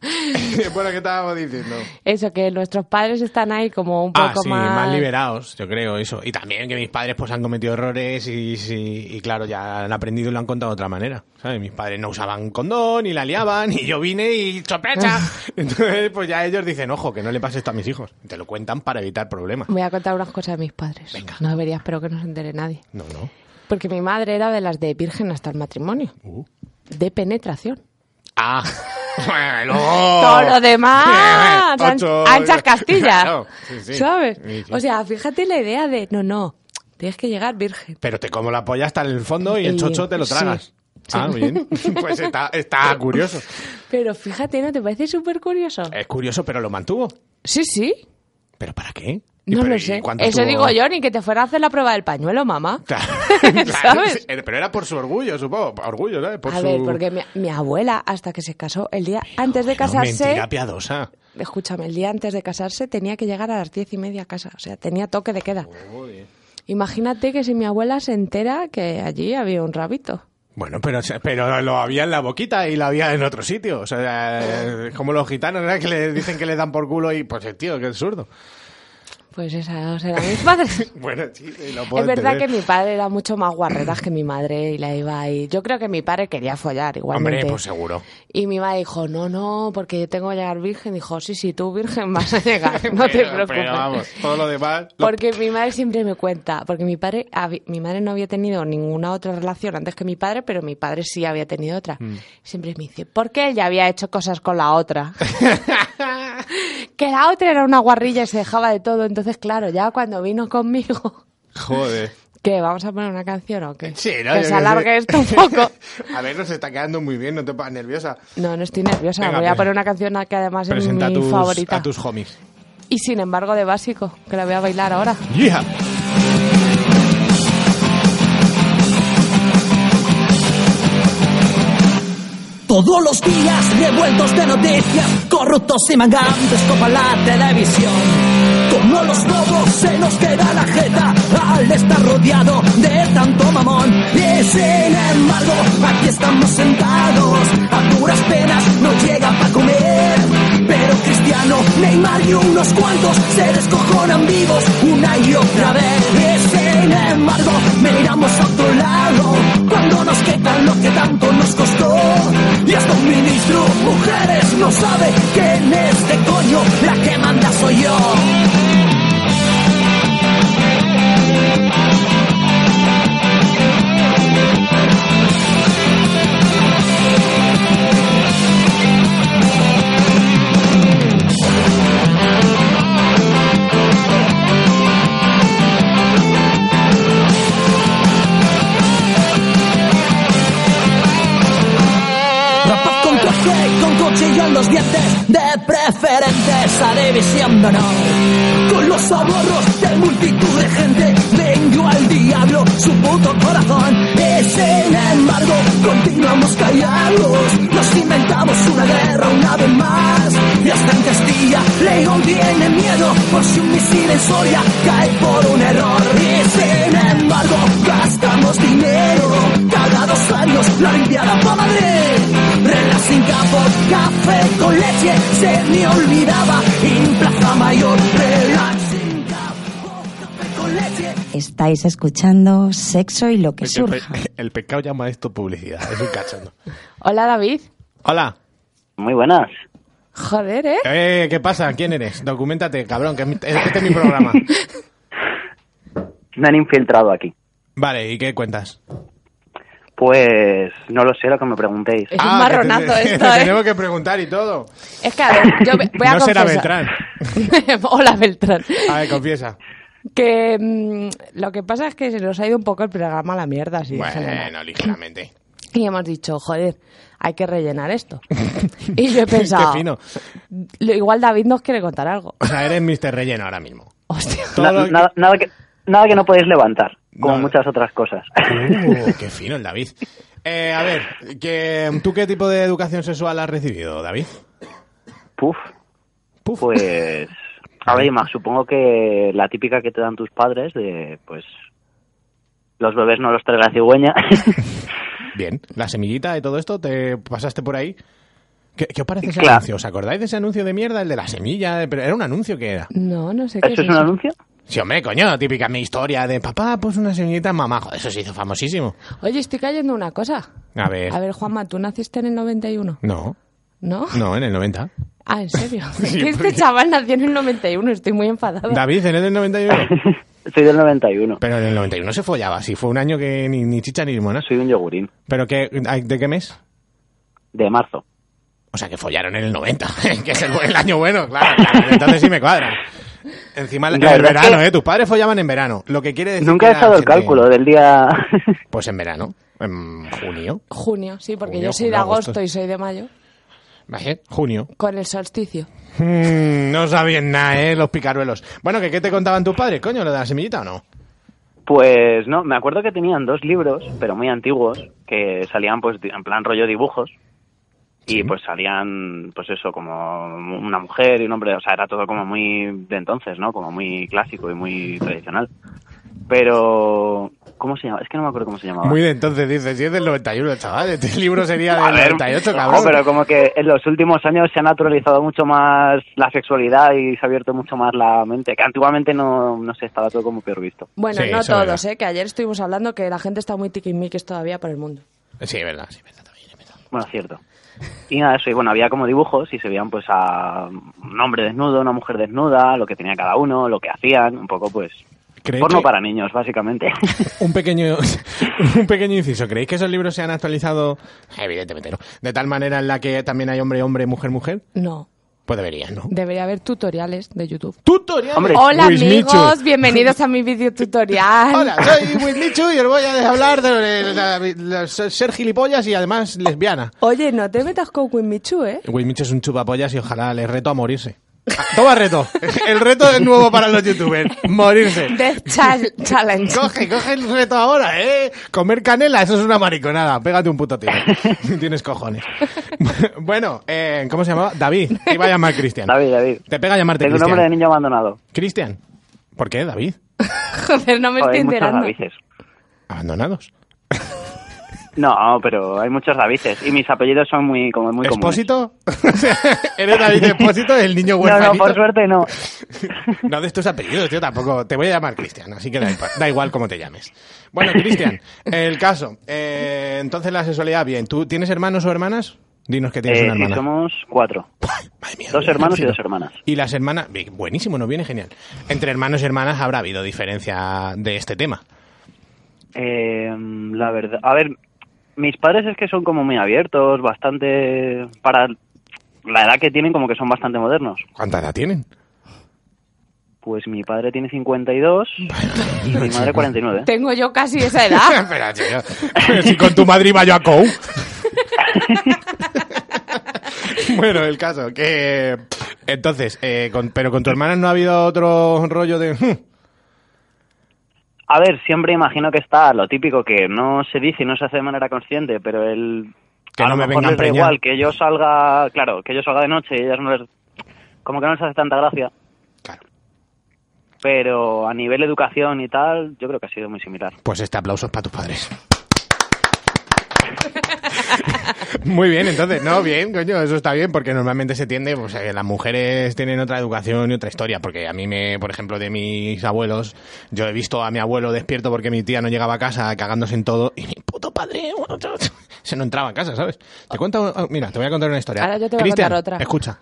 Speaker 6: bueno, ¿qué estábamos diciendo?
Speaker 7: Eso, que nuestros padres están ahí como un poco
Speaker 6: Ah, sí,
Speaker 7: más...
Speaker 6: más... liberados, yo creo, eso. Y también que mis padres pues han cometido errores y, sí- y claro, ya han aprendido y lo han contado de otra manera. ¿sabes? Mis padres no usaban condón y la liaban y yo vine y chopecha. Entonces, pues ya ellos dicen, ojo, que no le pase esto a mis hijos. Y Te lo cuentan para evitar problemas.
Speaker 7: Voy a contar unas cosas de mis padres. No debería, espero que no se entere nadie.
Speaker 6: No, no.
Speaker 7: Porque mi madre era de las de virgen hasta el matrimonio.
Speaker 6: Uh.
Speaker 7: De penetración.
Speaker 6: Ah, bueno.
Speaker 7: Todo lo demás.
Speaker 6: Eh, ocho-
Speaker 7: an- anchas Castilla.
Speaker 6: Oh. Claro, sí, sí.
Speaker 7: ¿Sabes?
Speaker 6: Sí, sí.
Speaker 7: O sea, fíjate la idea de, no, no, tienes que llegar virgen.
Speaker 6: Pero te como la polla hasta el fondo y el
Speaker 7: Y-
Speaker 6: chocho te lo
Speaker 7: sí.
Speaker 6: tragas.
Speaker 7: Sí.
Speaker 6: Ah, bien. Pues está, está curioso.
Speaker 7: Pero fíjate, ¿no te parece súper curioso?
Speaker 6: Es curioso, pero lo mantuvo.
Speaker 7: Sí, sí.
Speaker 6: ¿Pero para qué? ¿Y
Speaker 7: No
Speaker 6: pero-
Speaker 7: lo
Speaker 6: y
Speaker 7: sé.
Speaker 6: cuánto
Speaker 7: Eso
Speaker 6: tuvo?
Speaker 7: digo yo, ni que te fuera a hacer la prueba del pañuelo, mamá.
Speaker 6: Claro,
Speaker 7: ¿Sabes?
Speaker 6: claro, Pero era por su orgullo, supongo. por Orgullo, ¿sabes? Por
Speaker 7: a
Speaker 6: su...
Speaker 7: ver, porque mi, mi abuela, hasta que se casó, el día antes de
Speaker 6: No,
Speaker 7: casarse,
Speaker 6: mentira piadosa.
Speaker 7: escúchame, el día antes de casarse tenía que llegar a las diez y media a casa. O sea, tenía toque de queda. Imagínate que si mi abuela se entera que allí había un rabito.
Speaker 6: Bueno, pero, pero lo había en la boquita y lo había en otro sitio. O sea, eh, como los gitanos, ¿verdad? Que le dicen que le dan por culo y pues, eh, tío, qué absurdo.
Speaker 7: Pues esos eran mis padres.
Speaker 6: Bueno, sí, sí, lo puedo
Speaker 7: Es verdad que
Speaker 6: entender.
Speaker 7: mi padre era mucho más guarretas que mi madre y la iba ahí. Yo creo que mi padre quería follar igualmente.
Speaker 6: Hombre, pues seguro.
Speaker 7: Y mi madre dijo, no, no, porque yo tengo que llegar virgen. Dijo, sí, sí, tú virgen vas a llegar, no te
Speaker 6: Pero-
Speaker 7: preocupes.
Speaker 6: Pero vamos, todo lo demás... lo-
Speaker 7: Porque mi madre siempre me cuenta, porque mi padre, habi- mi madre no había tenido ninguna otra relación antes que mi padre, pero mi padre sí había tenido otra.
Speaker 6: Mm.
Speaker 7: Siempre me dice, ¿por qué él ya había hecho cosas con la otra? que la otra era una guarrilla y se dejaba de todo. Entonces, claro, ya cuando vino conmigo,
Speaker 6: Joder.
Speaker 7: que vamos a poner una canción o qué?
Speaker 6: Sí, ¿no? Yo
Speaker 7: Que
Speaker 6: qué
Speaker 7: se
Speaker 6: sé.
Speaker 7: alargue esto un poco.
Speaker 6: A ver, nos está quedando muy bien, no te pongas nerviosa.
Speaker 7: No, no estoy nerviosa.
Speaker 6: Venga,
Speaker 7: Voy
Speaker 6: pre-
Speaker 7: a poner una canción que además es mi
Speaker 6: Presenta a tus,
Speaker 7: favorita.
Speaker 6: a tus homies.
Speaker 7: Y sin embargo, de básico, que la voy a bailar ahora.
Speaker 6: Yeah.
Speaker 10: Todos los días revueltos de noticias, corruptos y mangantes como la televisión. Como los lobos se nos queda la jeta al estar rodeado de tanto mamón. Y sin embargo, aquí estamos sentados, a puras penas no llega para comer. Pero Cristiano, Neymar y unos cuantos se descojonan vivos una y otra vez. Y sin embargo, miramos a otro lado cuando nos quitan lo que tanto nos costó. Y hasta un ministro, mujeres, no sabe que en este coño la que manda soy yo. Rapaz con traje, con cuchillo en los dientes, de preferentes a división de honor. Con los ahorros de multitud de gente, vendió al diablo su puto corazón. Y sin embargo, continuamos callados, nos inventamos una guerra una vez más. Y hasta en Castilla, León tiene miedo, por si un misil en Soria cae por un error. Y sin embargo, gastamos dinero, cada dos años la limpiada para Madrid. Regla sin capo, café con leche, se me olvidaba. En Plaza Mayor, regla sin capo, café con leche.
Speaker 2: Estáis escuchando Sexo y lo que
Speaker 6: El, pe-
Speaker 2: surja.
Speaker 6: el pecado llama esto publicidad, es un cachondo.
Speaker 7: Hola, David.
Speaker 6: Hola.
Speaker 11: Muy buenas.
Speaker 7: Joder, ¿eh?
Speaker 6: Eh, ¿Qué pasa? ¿Quién eres? Documentate, cabrón, que es mi- este es mi programa.
Speaker 11: Me han infiltrado aquí.
Speaker 6: Vale, ¿y qué cuentas?
Speaker 11: Pues no lo sé lo que me preguntéis.
Speaker 7: Es un marronazo
Speaker 6: Ah, que te-
Speaker 7: esto, ¿eh?
Speaker 6: Tenemos que preguntar y todo.
Speaker 7: Es que, a ver, yo ve- voy a
Speaker 6: no será
Speaker 7: confesar-
Speaker 6: Beltrán.
Speaker 7: Hola, Beltrán.
Speaker 6: A ver, confiesa.
Speaker 7: Que mm, lo que pasa es que se nos ha ido un poco el programa a la mierda, así en general.
Speaker 6: Bueno, ligeramente.
Speaker 7: Y hemos dicho, joder, hay que rellenar esto. y yo he pensado,
Speaker 6: Qué fino.
Speaker 7: lo- igual David nos quiere contar algo.
Speaker 6: O sea, eres Mr. Relleno ahora mismo.
Speaker 7: Hostia.
Speaker 11: Na- nada, nada que, nada que no podéis levantar, como muchas otras cosas.
Speaker 6: Uh, qué fino el David. Eh, a ver, que, ¿tú qué tipo de educación sexual has recibido, David?
Speaker 11: Puf. Pues, a ver, Ima, supongo que la típica que te dan tus padres de, pues, los bebés no los trae la cigüeña.
Speaker 6: Bien, la semillita y todo esto, ¿te pasaste por ahí? ¿Qué, qué os parece ese
Speaker 11: Claro.
Speaker 6: anuncio? ¿Os acordáis de ese anuncio de mierda? El de la semilla, pero era un anuncio que era.
Speaker 7: No, no sé qué.
Speaker 11: ¿Eso es un anuncio?
Speaker 6: Sí, hombre, coño, típica mi historia de papá, pues una señorita, mamá. Joder, eso se hizo famosísimo.
Speaker 7: Oye, estoy cayendo una cosa.
Speaker 6: A ver.
Speaker 7: A ver, Juanma, tú naciste en el 91,
Speaker 6: No,
Speaker 7: ¿no?
Speaker 6: no, en el 90.
Speaker 7: Ah, ¿en serio? Es
Speaker 6: Sí,
Speaker 7: que
Speaker 6: porque-
Speaker 7: este chaval nació en el 91, estoy muy enfadada.
Speaker 6: David, ¿eres del 91?
Speaker 11: Soy del 91.
Speaker 6: Pero en el 91 se follaba, sí, fue un año que ni, ni chicha ni limona.
Speaker 11: Soy un yogurín.
Speaker 6: ¿Pero qué, ay, de qué mes?
Speaker 11: De marzo.
Speaker 6: O sea, que follaron en el 90, que es el, el año bueno, claro, claro, entonces sí me cuadra. Encima, en
Speaker 11: La
Speaker 6: el
Speaker 11: verdad es
Speaker 6: verano,
Speaker 11: que-
Speaker 6: ¿eh? Tus padres follaban en verano, lo que quiere decir
Speaker 11: Nunca he
Speaker 6: que era
Speaker 11: estado el
Speaker 6: gente-
Speaker 11: cálculo del día.
Speaker 6: Pues en verano, en junio,
Speaker 7: Junio, sí, porque
Speaker 6: Junio,
Speaker 7: yo soy de
Speaker 6: julio,
Speaker 7: agosto,
Speaker 6: agosto.
Speaker 7: y soy de mayo.
Speaker 6: ¿vale? Junio.
Speaker 7: Con el solsticio.
Speaker 6: Mm, no sabían nada, ¿eh? Los picaruelos. Bueno, ¿que ¿qué te contaban tus padres, coño, lo de la semillita o no?
Speaker 11: Pues no, me acuerdo que tenían dos libros, pero muy antiguos, que salían pues di- en plan rollo dibujos. Y pues salían, pues eso, como una mujer y un hombre, o sea, era todo como muy de entonces, ¿no? Como muy clásico y muy tradicional. Pero, ¿cómo se llama? Es que no me acuerdo cómo se llamaba.
Speaker 6: Muy de entonces, dices, si es del 91, chaval, este libro sería
Speaker 11: A
Speaker 6: del
Speaker 11: ver,
Speaker 6: 98,
Speaker 11: ojo,
Speaker 6: cabrón.
Speaker 11: pero como que en los últimos años se ha naturalizado mucho más la sexualidad y se ha abierto mucho más la mente, que antiguamente no, no sé, estaba todo como peor visto.
Speaker 7: Bueno,
Speaker 6: Sí,
Speaker 7: no
Speaker 6: eso es
Speaker 7: todos, ¿eh? Que ayer estuvimos hablando que la gente está muy tiquismiquis todavía por el mundo.
Speaker 6: Sí, es verdad, sí, es verdad.
Speaker 11: Bueno, cierto. Y nada, eso, y bueno, había como dibujos y se veían pues a un hombre desnudo, una mujer desnuda, lo que tenía cada uno, lo que hacían, un poco pues
Speaker 6: ¿Creéis
Speaker 11: porno
Speaker 6: que-
Speaker 11: para niños, básicamente.
Speaker 6: Un pequeño, un pequeño inciso. ¿Creéis que esos libros se han actualizado? Evidentemente no. De tal manera en la que también hay hombre, hombre, mujer, mujer.
Speaker 7: No,
Speaker 6: Pues deberían, ¿no?
Speaker 7: debería haber tutoriales de YouTube.
Speaker 6: ¡Tutorial!
Speaker 7: Hola
Speaker 6: Luis
Speaker 7: amigos,
Speaker 6: Michu.
Speaker 7: bienvenidos a mi video tutorial.
Speaker 6: Hola, soy Luis Michu y os voy a hablar de, de- de- de- de ser gilipollas y además lesbiana.
Speaker 7: Oye, no te metas con Winmichu, ¿eh?
Speaker 6: Will Mitchell es un chupapollas y ojalá les reto a morirse. Ah, Toma reto. El reto es nuevo para los youtubers. Morirse.
Speaker 7: Death Chal- Challenge.
Speaker 6: Coge, coge el reto ahora, ¿eh? Comer canela, eso es una mariconada. Pégate un puto tiro. Tienes cojones. bueno, eh, ¿cómo se llamaba? David. Te iba a llamar Cristian.
Speaker 11: David, David.
Speaker 6: Te pega llamarte
Speaker 11: Tengo un nombre de
Speaker 6: Cristian.
Speaker 11: niño abandonado.
Speaker 6: Cristian. ¿Por qué, David?
Speaker 7: Joder, no me estoy
Speaker 11: Joder, hay muchos
Speaker 7: enterando.
Speaker 11: Davices.
Speaker 6: Abandonados.
Speaker 11: No, pero hay muchos Davices y mis apellidos son muy como muy comunes.
Speaker 6: ¿Expósito? ¿Eres David Expósito, el niño
Speaker 11: No,
Speaker 6: huérfanito?
Speaker 11: no, por suerte no.
Speaker 6: No de estos apellidos, yo tampoco. Te voy a llamar Cristian, así que da igual, da igual cómo te llames. Bueno, Cristian, el caso. Eh, entonces la sexualidad, bien. ¿Tú tienes hermanos o hermanas? Dinos que tienes
Speaker 11: Eh,
Speaker 6: una
Speaker 11: sí,
Speaker 6: hermana.
Speaker 11: somos cuatro. dos hermanos y dos hermanas.
Speaker 6: Y las hermanas... bien, Buenísimo, nos viene genial. Entre hermanos y hermanas habrá habido diferencia de este tema.
Speaker 11: Eh, la verdad, a ver, mis padres es que son como muy abiertos, bastante para la edad que tienen como que son bastante modernos.
Speaker 6: ¿Cuánta edad tienen?
Speaker 11: Pues mi padre tiene 52 y mi madre 49.
Speaker 7: Tengo yo casi esa edad.
Speaker 6: Espera, tío. Pero si con tu madre iba yo a Cou. bueno, el caso, que... Entonces, eh, con- pero con tu hermana no ha habido otro rollo de... "Hmm,
Speaker 11: A ver, siempre imagino que está lo típico que no se dice y no se hace de manera consciente, pero el
Speaker 6: Que
Speaker 11: a
Speaker 6: no
Speaker 11: lo
Speaker 6: me
Speaker 11: mejor
Speaker 6: vengan
Speaker 11: les da
Speaker 6: preñado.
Speaker 11: igual que yo salga, claro, que yo salga de noche y ellas no les como que no les hace tanta gracia.
Speaker 6: Claro.
Speaker 11: Pero a nivel educación y tal, yo creo que ha sido muy similar.
Speaker 6: Pues este aplauso es para tus padres. Muy bien, entonces, no, bien, coño, eso está bien, porque normalmente se tiende, o sea, que las mujeres tienen otra educación y otra historia, porque a mí me, por ejemplo, de mis abuelos, yo he visto a mi abuelo despierto porque mi tía no llegaba a casa cagándose en todo, y mi puto padre se no entraba a casa, ¿sabes? Te cuento, mira, te voy a contar una historia.
Speaker 7: Ahora yo te voy a
Speaker 6: Cristian,
Speaker 7: contar otra.
Speaker 6: escucha.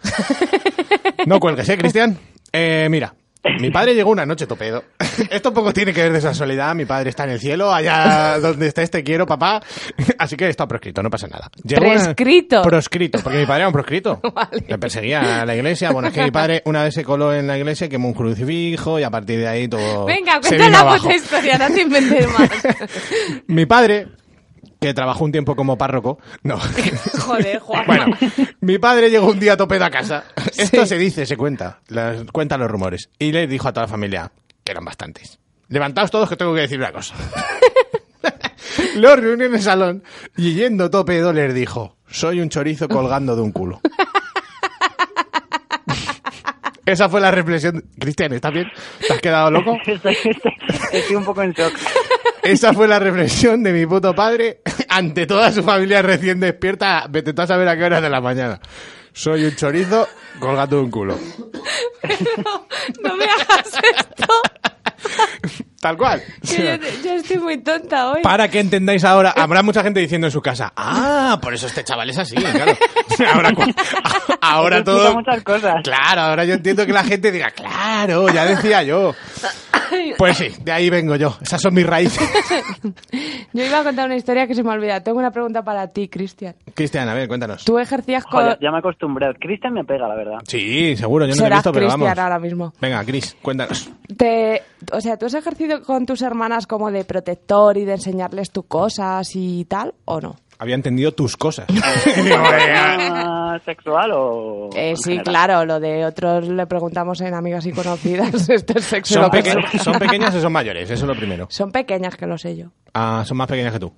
Speaker 6: No cuelgues, ¿eh, Cristian? Eh, mira, mi padre llegó una noche topedo. Esto poco tiene que ver de casualidad. Mi padre está en el cielo, allá donde estés te quiero, papá. Así que está proscrito, no pasa nada. Llegó una-
Speaker 7: ¿Prescrito?
Speaker 6: Proscrito, porque mi padre era un proscrito. Le perseguía a la iglesia. Bueno, es que mi padre una vez se coló en la iglesia, quemó un crucifijo y a partir de ahí todo.
Speaker 7: Venga, pues
Speaker 6: se
Speaker 7: cuenta
Speaker 6: vino
Speaker 7: la
Speaker 6: abajo.
Speaker 7: puta historia, no te inventes más.
Speaker 6: Mi padre, que trabajó un tiempo como párroco. No.
Speaker 7: Joder, Juan.
Speaker 6: Bueno, mi padre llegó un día topedo a casa. Esto se dice, se cuenta, las, cuentan los rumores. Y le dijo a toda la familia, que eran bastantes, levantaos todos que tengo que decir una cosa. los reunió en el salón y yendo topedo les dijo, soy un chorizo colgando de un culo. Esa fue la reflexión. Cristian, ¿estás bien? ¿Te has quedado loco?
Speaker 11: estoy, estoy- estoy un poco en shock.
Speaker 6: Esa fue la reflexión de mi puto padre ante toda su familia recién despierta, vete tú a saber a qué horas de la mañana. Soy un chorizo colgando de un culo.
Speaker 7: No me hagas esto.
Speaker 6: Tal cual.
Speaker 7: que yo, te- yo estoy muy tonta hoy.
Speaker 6: Para que entendáis ahora, habrá mucha gente diciendo en su casa, ah, por eso este chaval es así, claro. Ahora, cua- ahora
Speaker 11: Eso explica
Speaker 6: todo...
Speaker 11: muchas cosas.
Speaker 6: Claro, ahora yo entiendo que la gente diga, claro, ya decía yo. Pues sí, de ahí vengo yo. Esas son mis raíces.
Speaker 7: Yo iba a contar una historia que se me olvida. Tengo una pregunta para ti, Cristian.
Speaker 6: Cristian, a ver, cuéntanos.
Speaker 7: Tú ejercías con...
Speaker 11: Joder, ya me acostumbré. Cristian me pega, la verdad.
Speaker 6: Sí, seguro, yo no lo he
Speaker 7: Serás
Speaker 6: visto, pero
Speaker 7: Cristian
Speaker 6: vamos.
Speaker 7: ahora mismo.
Speaker 6: Venga, Cris, cuéntanos.
Speaker 7: Te, o sea, ¿tú has ejercido con tus hermanas como de protector y de enseñarles tus cosas y tal, o no?
Speaker 6: Había entendido tus cosas.
Speaker 11: ¿Ah, ¿Sexual o.?
Speaker 7: Eh,
Speaker 11: Oh, en
Speaker 7: sí,
Speaker 11: general?
Speaker 7: claro, lo de otros le preguntamos en amigas y conocidas, esto es sexo.
Speaker 6: ¿Son,
Speaker 7: lo que
Speaker 6: peque-
Speaker 7: sea.
Speaker 6: ¿Son pequeñas o son mayores? Eso es lo primero.
Speaker 7: Son pequeñas, que lo sé yo.
Speaker 6: Ah, son más pequeñas que tú.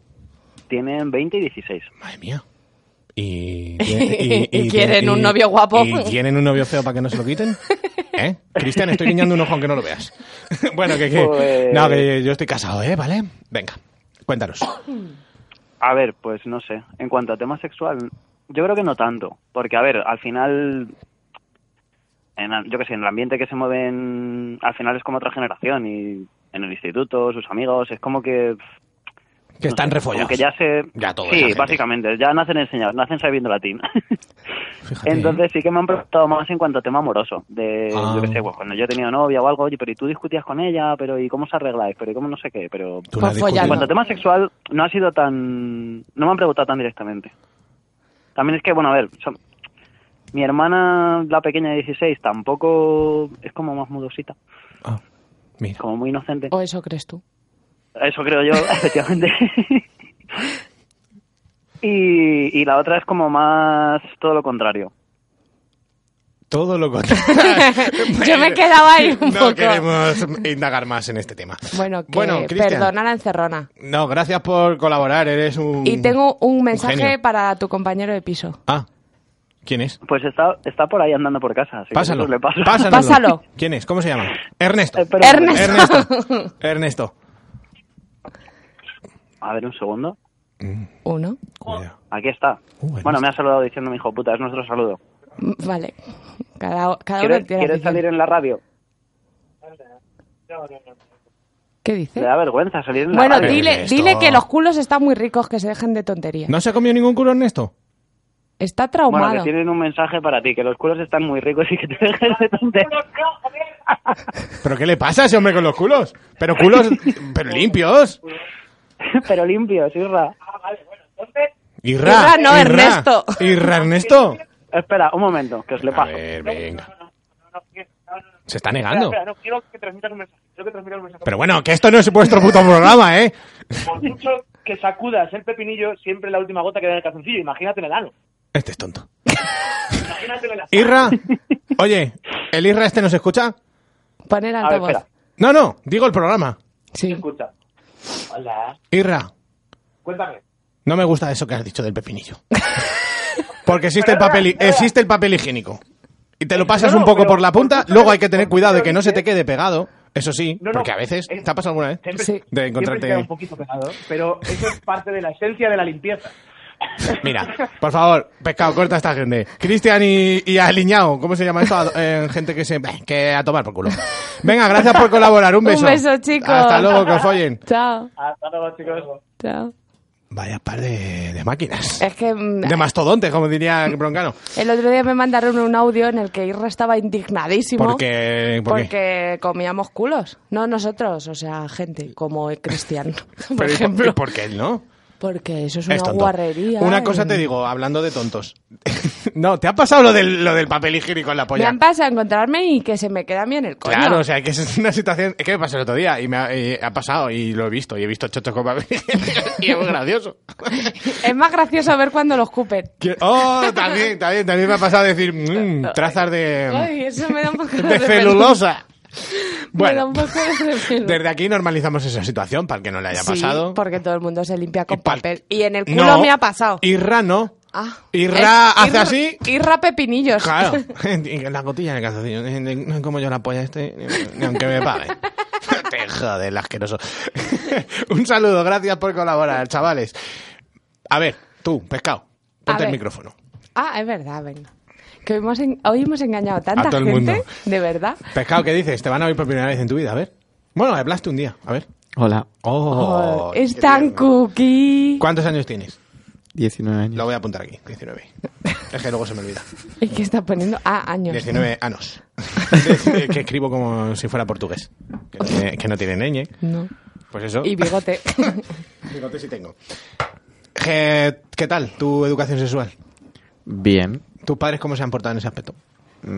Speaker 11: Tienen 20 y 16.
Speaker 6: Madre mía. Y,
Speaker 7: Y quieren un novio guapo.
Speaker 6: ¿Y tienen un novio feo para que no se lo quiten? ¿Eh? Cristian, estoy guiñando un ojo aunque no lo veas. bueno, que, que-
Speaker 11: Pues-
Speaker 6: No, que yo estoy casado, ¿eh? ¿Vale? Venga, cuéntanos.
Speaker 11: A ver, pues no sé. En cuanto a tema sexual, yo creo que no tanto. Porque, a ver, al final. En, al- yo qué sé, en el ambiente que se mueven. Al final es como otra generación. Y en el instituto, sus amigos, es como que.
Speaker 6: Que están
Speaker 11: Como
Speaker 6: refollados.
Speaker 11: que ya se.
Speaker 6: Ya todo esa
Speaker 11: sí,
Speaker 6: gente.
Speaker 11: básicamente. Ya nacen enseñados, nacen sabiendo latín.
Speaker 6: Fíjate, ¿eh?
Speaker 11: Entonces sí que me han preguntado más en cuanto a tema amoroso. De,
Speaker 6: Ah.
Speaker 11: yo qué sé, pues cuando yo he tenido novia o algo, oye, pero ¿y tú discutías con ella? ¿Pero y cómo os arregláis? ¿Pero y cómo no sé qué? Pero
Speaker 6: Tú no has
Speaker 7: Pues follar,
Speaker 11: en
Speaker 6: discutido.
Speaker 11: cuanto a tema sexual, no ha sido tan... No me han preguntado tan directamente. También es que, bueno, a ver, son- mi hermana, la pequeña de 16, tampoco es como más mudosita,
Speaker 6: Ah, mira.
Speaker 11: como muy inocente.
Speaker 7: ¿O eso crees tú?
Speaker 11: Eso creo yo, efectivamente. y, y la otra es como más todo lo contrario.
Speaker 6: Todo lo contrario.
Speaker 7: Yo me quedaba ahí un
Speaker 6: no
Speaker 7: poco.
Speaker 6: queremos indagar más en este tema.
Speaker 7: Bueno, que
Speaker 6: Cristian,
Speaker 7: perdona la encerrona.
Speaker 6: No, gracias por colaborar, eres Mm. un...
Speaker 7: Y tengo un mensaje
Speaker 6: genio.
Speaker 7: para tu compañero de piso.
Speaker 6: Ah, ¿quién es?
Speaker 11: Pues está, está por ahí andando por casa. así que
Speaker 6: Pásalo.
Speaker 11: eso le paso.
Speaker 6: Pásalo.
Speaker 7: Pásalo.
Speaker 6: ¿Quién es? ¿Cómo se llama? Ernesto.
Speaker 11: Eh, pero-
Speaker 7: Ernesto.
Speaker 6: Ernesto. Ernesto.
Speaker 11: A ver, un segundo.
Speaker 7: Uno.
Speaker 6: Cuidado.
Speaker 11: Aquí está.
Speaker 6: Uh, Ernesto.
Speaker 11: bueno, me ha saludado diciendo mi hijo puta, es nuestro saludo.
Speaker 7: Mm, Vale. Cada, cada uno
Speaker 11: ¿Quieres,
Speaker 7: tiene
Speaker 11: quieres
Speaker 7: afición.
Speaker 11: salir en la radio?
Speaker 7: ¿Qué
Speaker 11: Le
Speaker 7: dice?
Speaker 11: da vergüenza salir en la
Speaker 7: Bueno,
Speaker 11: radio.
Speaker 6: Pero
Speaker 7: dile,
Speaker 6: Ernesto.
Speaker 7: dile que los culos están muy ricos, que se dejen de tonterías.
Speaker 6: ¿No se ha comido ningún culo Ernesto?
Speaker 7: Está
Speaker 11: Bueno, que
Speaker 7: traumado.
Speaker 11: tienen un mensaje para ti, que los culos están muy ricos y que te dejes de tonterías.
Speaker 6: ¿Pero qué le pasa a ese hombre con los culos? Pero culos... pero limpios.
Speaker 11: Pero limpios, irra.
Speaker 6: Irra.
Speaker 7: Irra, no, Ernesto.
Speaker 6: Irra, Ernesto.
Speaker 11: Espera, un momento, que os le
Speaker 6: A
Speaker 11: paso.
Speaker 6: ver, venga. Se está negando.
Speaker 12: no quiero que transmitas un mensaje. Quiero que transmitas un mensaje.
Speaker 6: Pero bueno, que esto no es vuestro puto programa, ¿eh?
Speaker 12: Por mucho que sacudas el pepinillo, siempre es la última gota que da en el calzoncillo. Imagínate en el ano.
Speaker 6: Este es tonto.
Speaker 12: Imagínate en el ano.
Speaker 6: Irra. Oye, ¿el Irra este nos escucha?
Speaker 7: Poner
Speaker 12: A ver,
Speaker 7: altavoz.
Speaker 12: espera.
Speaker 6: No, no, digo el programa.
Speaker 7: Sí.
Speaker 12: Escucha. Hola.
Speaker 6: Irra,
Speaker 12: Cuéntame.
Speaker 6: no me gusta eso que has dicho del pepinillo. Porque existe el papel, hi- existe el papel higiénico. Y te lo pasas
Speaker 12: No, no,
Speaker 6: un poco
Speaker 12: pero
Speaker 6: por la
Speaker 12: por
Speaker 6: punta,
Speaker 12: mucho que
Speaker 6: luego
Speaker 12: lo-
Speaker 6: hay que tener
Speaker 12: por
Speaker 6: cuidado de
Speaker 12: mucho que
Speaker 6: que
Speaker 12: lo
Speaker 6: no se te
Speaker 12: dices-
Speaker 6: quede pegado. Eso sí,
Speaker 12: No, Eh, no,
Speaker 6: porque a veces...
Speaker 12: es-
Speaker 6: ¿Te ha pasado alguna vez?
Speaker 12: Siempre,
Speaker 7: Sí.
Speaker 6: De
Speaker 12: siempre queda
Speaker 6: encontrarte...
Speaker 12: un poquito pegado, pero eso es parte de la esencia de la limpieza.
Speaker 6: Mira, por favor, pescado, corta a esta gente. Cristian y, y Aliñao, ¿cómo se llama esto? A- eh, gente que se... que a tomar por culo. Venga, gracias por colaborar, un beso.
Speaker 7: Un beso, chicos.
Speaker 6: Hasta luego, que os follen.
Speaker 7: Chao,
Speaker 12: Hasta luego, Ah, chicos.
Speaker 7: chao.
Speaker 6: Vaya par de, de máquinas.
Speaker 7: Es que mm,
Speaker 6: De mastodonte, como diría Broncano.
Speaker 7: el otro día me mandaron un audio en el que Irra estaba indignadísimo.
Speaker 6: Porque... porque...
Speaker 7: Porque comíamos culos. No nosotros, o sea, gente como Cristian, por
Speaker 6: Pero ¿y
Speaker 7: ejemplo.
Speaker 6: ¿y por qué él no?
Speaker 7: Porque eso es una
Speaker 6: Es tonto.
Speaker 7: guarrería.
Speaker 6: Una cosa te
Speaker 7: eh.
Speaker 6: digo, hablando de tontos. no, ¿te ha pasado lo del, lo del papel higiénico en la
Speaker 7: Me
Speaker 6: polla?
Speaker 7: han pasado a encontrarme y que se me queda bien el coño.
Speaker 6: Claro, o sea, que es una situación... Es que me pasó el otro día y me ha, y ha pasado y lo he visto. Y he visto chochos con papel higiénico y es muy gracioso.
Speaker 7: Es más gracioso ver cuando lo escupen.
Speaker 6: Que- Oh, también, también, también me ha pasado decir mm, trazas
Speaker 7: Ay,
Speaker 6: de,
Speaker 7: eso me da un poco de,
Speaker 6: de
Speaker 7: repel-
Speaker 6: celulosa.
Speaker 7: Me da
Speaker 6: Bueno,
Speaker 7: un poco de repel-
Speaker 6: desde aquí normalizamos esa situación para el que no le haya
Speaker 7: Sí,
Speaker 6: pasado.
Speaker 7: porque todo el mundo se limpia con
Speaker 6: Y pal-
Speaker 7: papel. Y en el culo
Speaker 6: No,
Speaker 7: me ha pasado.
Speaker 6: Irra no.
Speaker 7: Ah,
Speaker 6: Irra
Speaker 7: es-
Speaker 6: hace
Speaker 7: irra-
Speaker 6: así.
Speaker 7: Irra pepinillos.
Speaker 6: Claro, la gotilla en el calzoncillo. No es como yo la polla este, ni- ni aunque me pague. Te joder, el asqueroso. Un saludo, gracias por colaborar, chavales. A ver, tú, pescado, ponte el
Speaker 7: ver.
Speaker 6: micrófono.
Speaker 7: Ah, es verdad, venga. Que hoy hemos, en- hoy hemos engañado a tanta
Speaker 6: todo el
Speaker 7: gente,
Speaker 6: mundo.
Speaker 7: de verdad.
Speaker 6: Pescado, ¿qué dices? Te van a oír por primera vez en tu vida, a ver. Bueno, hablaste un día, a ver.
Speaker 13: Hola.
Speaker 6: Oh,
Speaker 7: es tan cookie.
Speaker 6: ¿Cuántos años tienes?
Speaker 13: 19 años.
Speaker 6: Lo voy a apuntar aquí, 19. Es que luego se me olvida.
Speaker 7: ¿Y qué está poniendo? Ah, años.
Speaker 6: 19 años. que escribo como si fuera portugués. Que no tiene, que no tiene ñe.
Speaker 7: No.
Speaker 6: Pues eso.
Speaker 7: Y bigote.
Speaker 6: Bigote sí tengo. Eh, ¿Qué tal tu educación sexual?
Speaker 13: Bien.
Speaker 6: ¿Tus padres cómo se han portado en ese aspecto?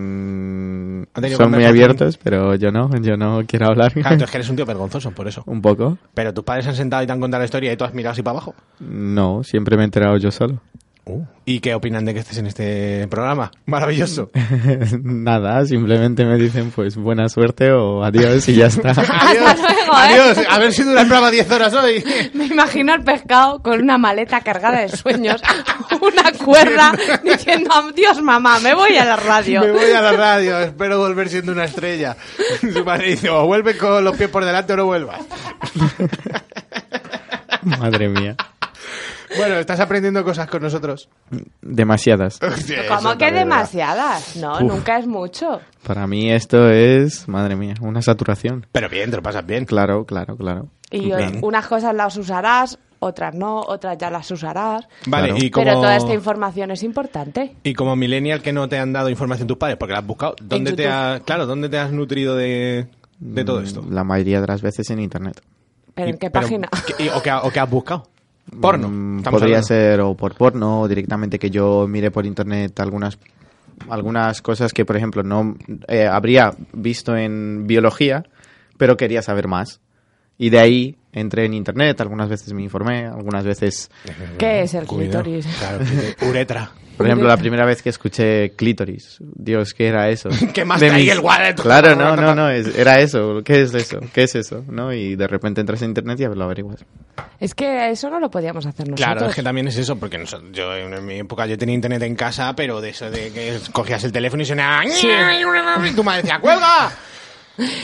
Speaker 13: Mm,
Speaker 6: ¿Han tenido
Speaker 13: son muy
Speaker 6: conversación?
Speaker 13: abiertos, pero yo no, yo no quiero hablar.
Speaker 6: Claro, tú es que eres un tío vergonzoso, por eso.
Speaker 13: Un poco.
Speaker 6: Pero tus padres se han sentado y te han contado la historia y tú has mirado así para abajo.
Speaker 13: No, siempre me he enterado yo solo. Uh.
Speaker 6: ¿Y qué opinan de que estés en este programa? Maravilloso.
Speaker 13: Nada, simplemente me dicen pues buena suerte o adiós y ya está.
Speaker 6: Adiós.
Speaker 7: luego, ¿eh?
Speaker 6: Adiós. A ver si dura el programa 10 horas hoy.
Speaker 7: Me imagino al pescado con una maleta cargada de sueños, una cuerda, diciendo, Dios mamá, me voy a la radio.
Speaker 6: Me voy a la radio, espero volver siendo una estrella. Su padre dice, o vuelve con los pies por delante o no vuelvas.
Speaker 13: Madre mía.
Speaker 6: Bueno, estás aprendiendo cosas con nosotros.
Speaker 13: Demasiadas.
Speaker 7: ¿Cómo que demasiadas? No,
Speaker 13: Uf.
Speaker 7: nunca es mucho.
Speaker 13: Para mí esto es, madre mía, una saturación.
Speaker 6: Pero bien, te lo pasas bien.
Speaker 13: Claro, claro, claro.
Speaker 7: Y o- unas cosas las usarás, otras no, otras ya las usarás.
Speaker 6: Vale, y como,
Speaker 7: Pero toda esta información es importante.
Speaker 6: y como millennial que no te han dado información tus padres porque la has buscado, ¿dónde
Speaker 7: En
Speaker 6: te
Speaker 7: YouTube.
Speaker 6: has, claro, ¿dónde te has nutrido de, de todo esto?
Speaker 13: La mayoría de las veces en internet.
Speaker 7: ¿Pero en qué
Speaker 6: Pero,
Speaker 7: página?
Speaker 6: ¿qué- y- o, que, ha- o que has buscado? Porno.
Speaker 13: Mm,
Speaker 6: Estamos
Speaker 13: Podría
Speaker 6: hablando.
Speaker 13: ser o por porno o directamente que yo mire por internet algunas algunas cosas que, por ejemplo, no eh, habría visto en biología, pero quería saber más. Y de ahí entré en internet, algunas veces me informé, algunas veces...
Speaker 7: ¿Qué es el
Speaker 6: Cuidado.
Speaker 7: clítoris?
Speaker 6: Claro, que- uretra.
Speaker 13: Por ejemplo, la primera vez que escuché clítoris, Dios, ¿qué era eso?
Speaker 6: ¿Qué más
Speaker 13: De
Speaker 6: traía el wallet?
Speaker 13: Claro, no, no, no, es- era eso, ¿qué es eso? ¿Qué es eso? ¿No? Y de repente entras en internet y lo averiguas.
Speaker 7: Es que eso no lo podíamos hacer nosotros.
Speaker 6: Claro, es que también es eso, porque nosotros- yo en en mi época yo tenía internet en casa, pero de eso de que cogías el teléfono y sonaba... Y tu madre decía, ¡cuelga!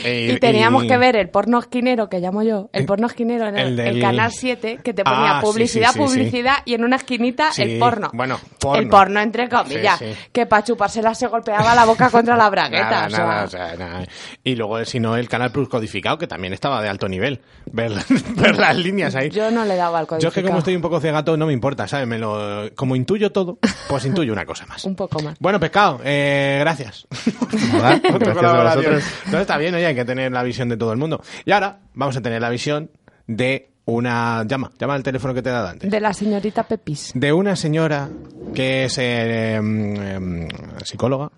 Speaker 6: Eh,
Speaker 7: Y teníamos
Speaker 6: y-
Speaker 7: que ver el porno esquinero, que llamo yo, el porno esquinero en el,
Speaker 6: el del-
Speaker 7: el canal 7, que te
Speaker 6: Ah,
Speaker 7: ponía
Speaker 6: sí, sí,
Speaker 7: publicidad,
Speaker 6: sí, sí.
Speaker 7: publicidad, y en una esquinita
Speaker 6: Sí,
Speaker 7: el porno.
Speaker 6: Bueno, porno.
Speaker 7: El porno, entre comillas,
Speaker 6: Sí, sí.
Speaker 7: que para chupársela se golpeaba la boca contra la bragueta.
Speaker 6: Nada,
Speaker 7: o sea.
Speaker 6: nada, o sea, nada. Y luego, eh, si no, el Canal Plus codificado, que también estaba de alto nivel. Ver, ver las líneas ahí.
Speaker 7: Yo no le daba al
Speaker 6: Yo es
Speaker 7: codificado.
Speaker 6: que como estoy un poco cegato no me importa, ¿sabes? Me lo, como intuyo todo, pues intuyo una cosa más.
Speaker 7: Un poco más.
Speaker 6: Bueno, pescado, eh, gracias.
Speaker 13: Nada,
Speaker 6: Por tu
Speaker 13: gracias a
Speaker 6: colaboración.
Speaker 13: vosotros.
Speaker 6: Entonces está bien, oye, hay que tener la visión de todo el mundo. Y ahora vamos a tener la visión de una... Llama, llama al teléfono que te da Dante.
Speaker 7: De la señorita Pepis.
Speaker 6: De una señora que es eh, em, em, psicóloga,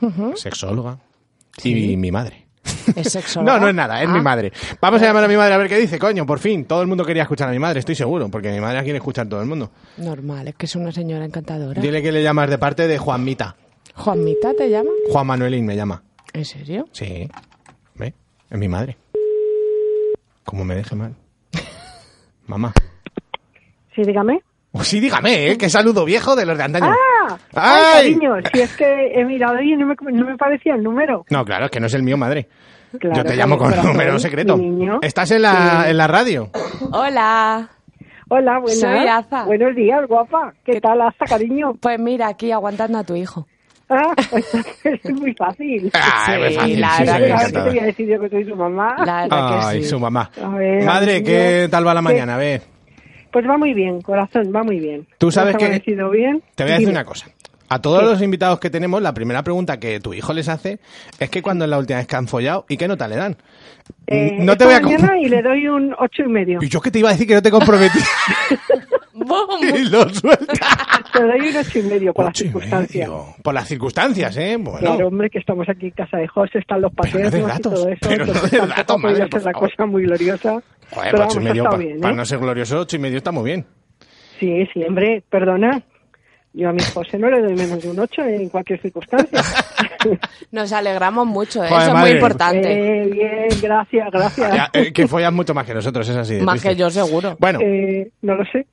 Speaker 7: Ujú.
Speaker 6: sexóloga
Speaker 7: Sí.
Speaker 6: y mi madre.
Speaker 7: Es sexóloga.
Speaker 6: No, no es nada, es
Speaker 7: Ah.
Speaker 6: mi madre. Vamos a llamar a mi madre a ver qué dice, coño, por fin. Todo el mundo quería escuchar a mi madre, estoy seguro, porque mi madre quiere escuchar a todo el mundo.
Speaker 7: Normal, es que es una señora encantadora.
Speaker 6: Dile que le llamas de parte de Juanmita.
Speaker 7: ¿Juanmita te llama?
Speaker 6: Juan Manuelín me llama.
Speaker 7: ¿En serio?
Speaker 6: Sí. ¿Ve? Es mi madre. Como me deje mal. Mamá.
Speaker 14: Sí, dígame.
Speaker 6: Oh, sí, dígame, ¿eh? Qué saludo viejo de los de antaño.
Speaker 14: ¡Ah!
Speaker 6: ¡Ay!
Speaker 14: ¡Ay, cariño! Si es que he mirado y no me, no me parecía el número.
Speaker 6: No, claro, es que no es el mío, madre.
Speaker 14: Claro,
Speaker 6: Yo te
Speaker 14: con
Speaker 6: llamo
Speaker 14: mi
Speaker 6: con
Speaker 14: corazón,
Speaker 6: número secreto.
Speaker 14: mi niño.
Speaker 6: Estás en la, en la radio.
Speaker 7: Hola.
Speaker 14: Hola, buenas.
Speaker 7: Soy Aza.
Speaker 14: Buenos días, guapa. ¿Qué, tal, Aza, cariño?
Speaker 7: Pues mira, aquí aguantando a tu hijo.
Speaker 14: Ah, es muy fácil.
Speaker 6: Ah, es muy fácil,
Speaker 7: la
Speaker 6: sí,
Speaker 7: verdad
Speaker 6: soy
Speaker 7: que
Speaker 14: Claro, ¿qué te
Speaker 6: encantada.
Speaker 14: voy a decir yo que soy su mamá?
Speaker 7: La
Speaker 6: Ay, su mamá.
Speaker 14: A ver,
Speaker 6: madre,
Speaker 14: Dios
Speaker 6: ¿qué
Speaker 14: mío.
Speaker 6: tal va la
Speaker 14: ¿Qué?
Speaker 6: mañana? A ver.
Speaker 14: Pues va muy bien, corazón, va muy bien.
Speaker 6: Tú sabes
Speaker 14: Nos
Speaker 6: que-
Speaker 14: ha amanecido bien.
Speaker 6: Te voy a decir
Speaker 14: Dime.
Speaker 6: una cosa. A todos los invitados que tenemos, la primera pregunta que tu hijo les hace es que cuando es la última vez que han follado y qué nota le dan.
Speaker 14: Eh,
Speaker 6: no te
Speaker 14: esta
Speaker 6: voy a comp-
Speaker 14: mañana y le doy un ocho y medio.
Speaker 6: Y yo que te iba a decir que no te comprometí y lo suelta.
Speaker 14: Te doy un ocho y medio por las
Speaker 6: Ocho y
Speaker 14: circunstancias.
Speaker 6: medio. Por las circunstancias, ¿eh? Bueno.
Speaker 14: Claro, hombre, que estamos aquí en casa de José, están los paseos
Speaker 6: de
Speaker 14: y
Speaker 6: gatos,
Speaker 14: todo eso.
Speaker 6: pero no de
Speaker 14: entonces
Speaker 6: gatos,
Speaker 14: tampoco
Speaker 6: madre,
Speaker 14: podía
Speaker 6: por
Speaker 14: ser la
Speaker 6: favor.
Speaker 14: cosa muy gloriosa.
Speaker 6: Joder, pues
Speaker 14: pero
Speaker 6: ocho y
Speaker 14: vamos,
Speaker 6: medio,
Speaker 14: ha
Speaker 6: pa-
Speaker 14: estado bien, ¿eh?
Speaker 6: para no ser glorioso, ocho y medio está muy bien.
Speaker 14: Sí, sí, hombre, perdona. Yo a mi José no le doy menos de un 8 en cualquier circunstancia.
Speaker 7: Nos alegramos mucho, ¿eh?
Speaker 6: Joder,
Speaker 7: eso es
Speaker 6: madre.
Speaker 7: muy importante.
Speaker 14: Eh, bien, gracias, gracias.
Speaker 6: Ya, eh, que follas mucho más que nosotros, es así. de
Speaker 7: Más que
Speaker 6: triste.
Speaker 7: yo, seguro.
Speaker 6: Bueno,
Speaker 14: Eh, no lo sé.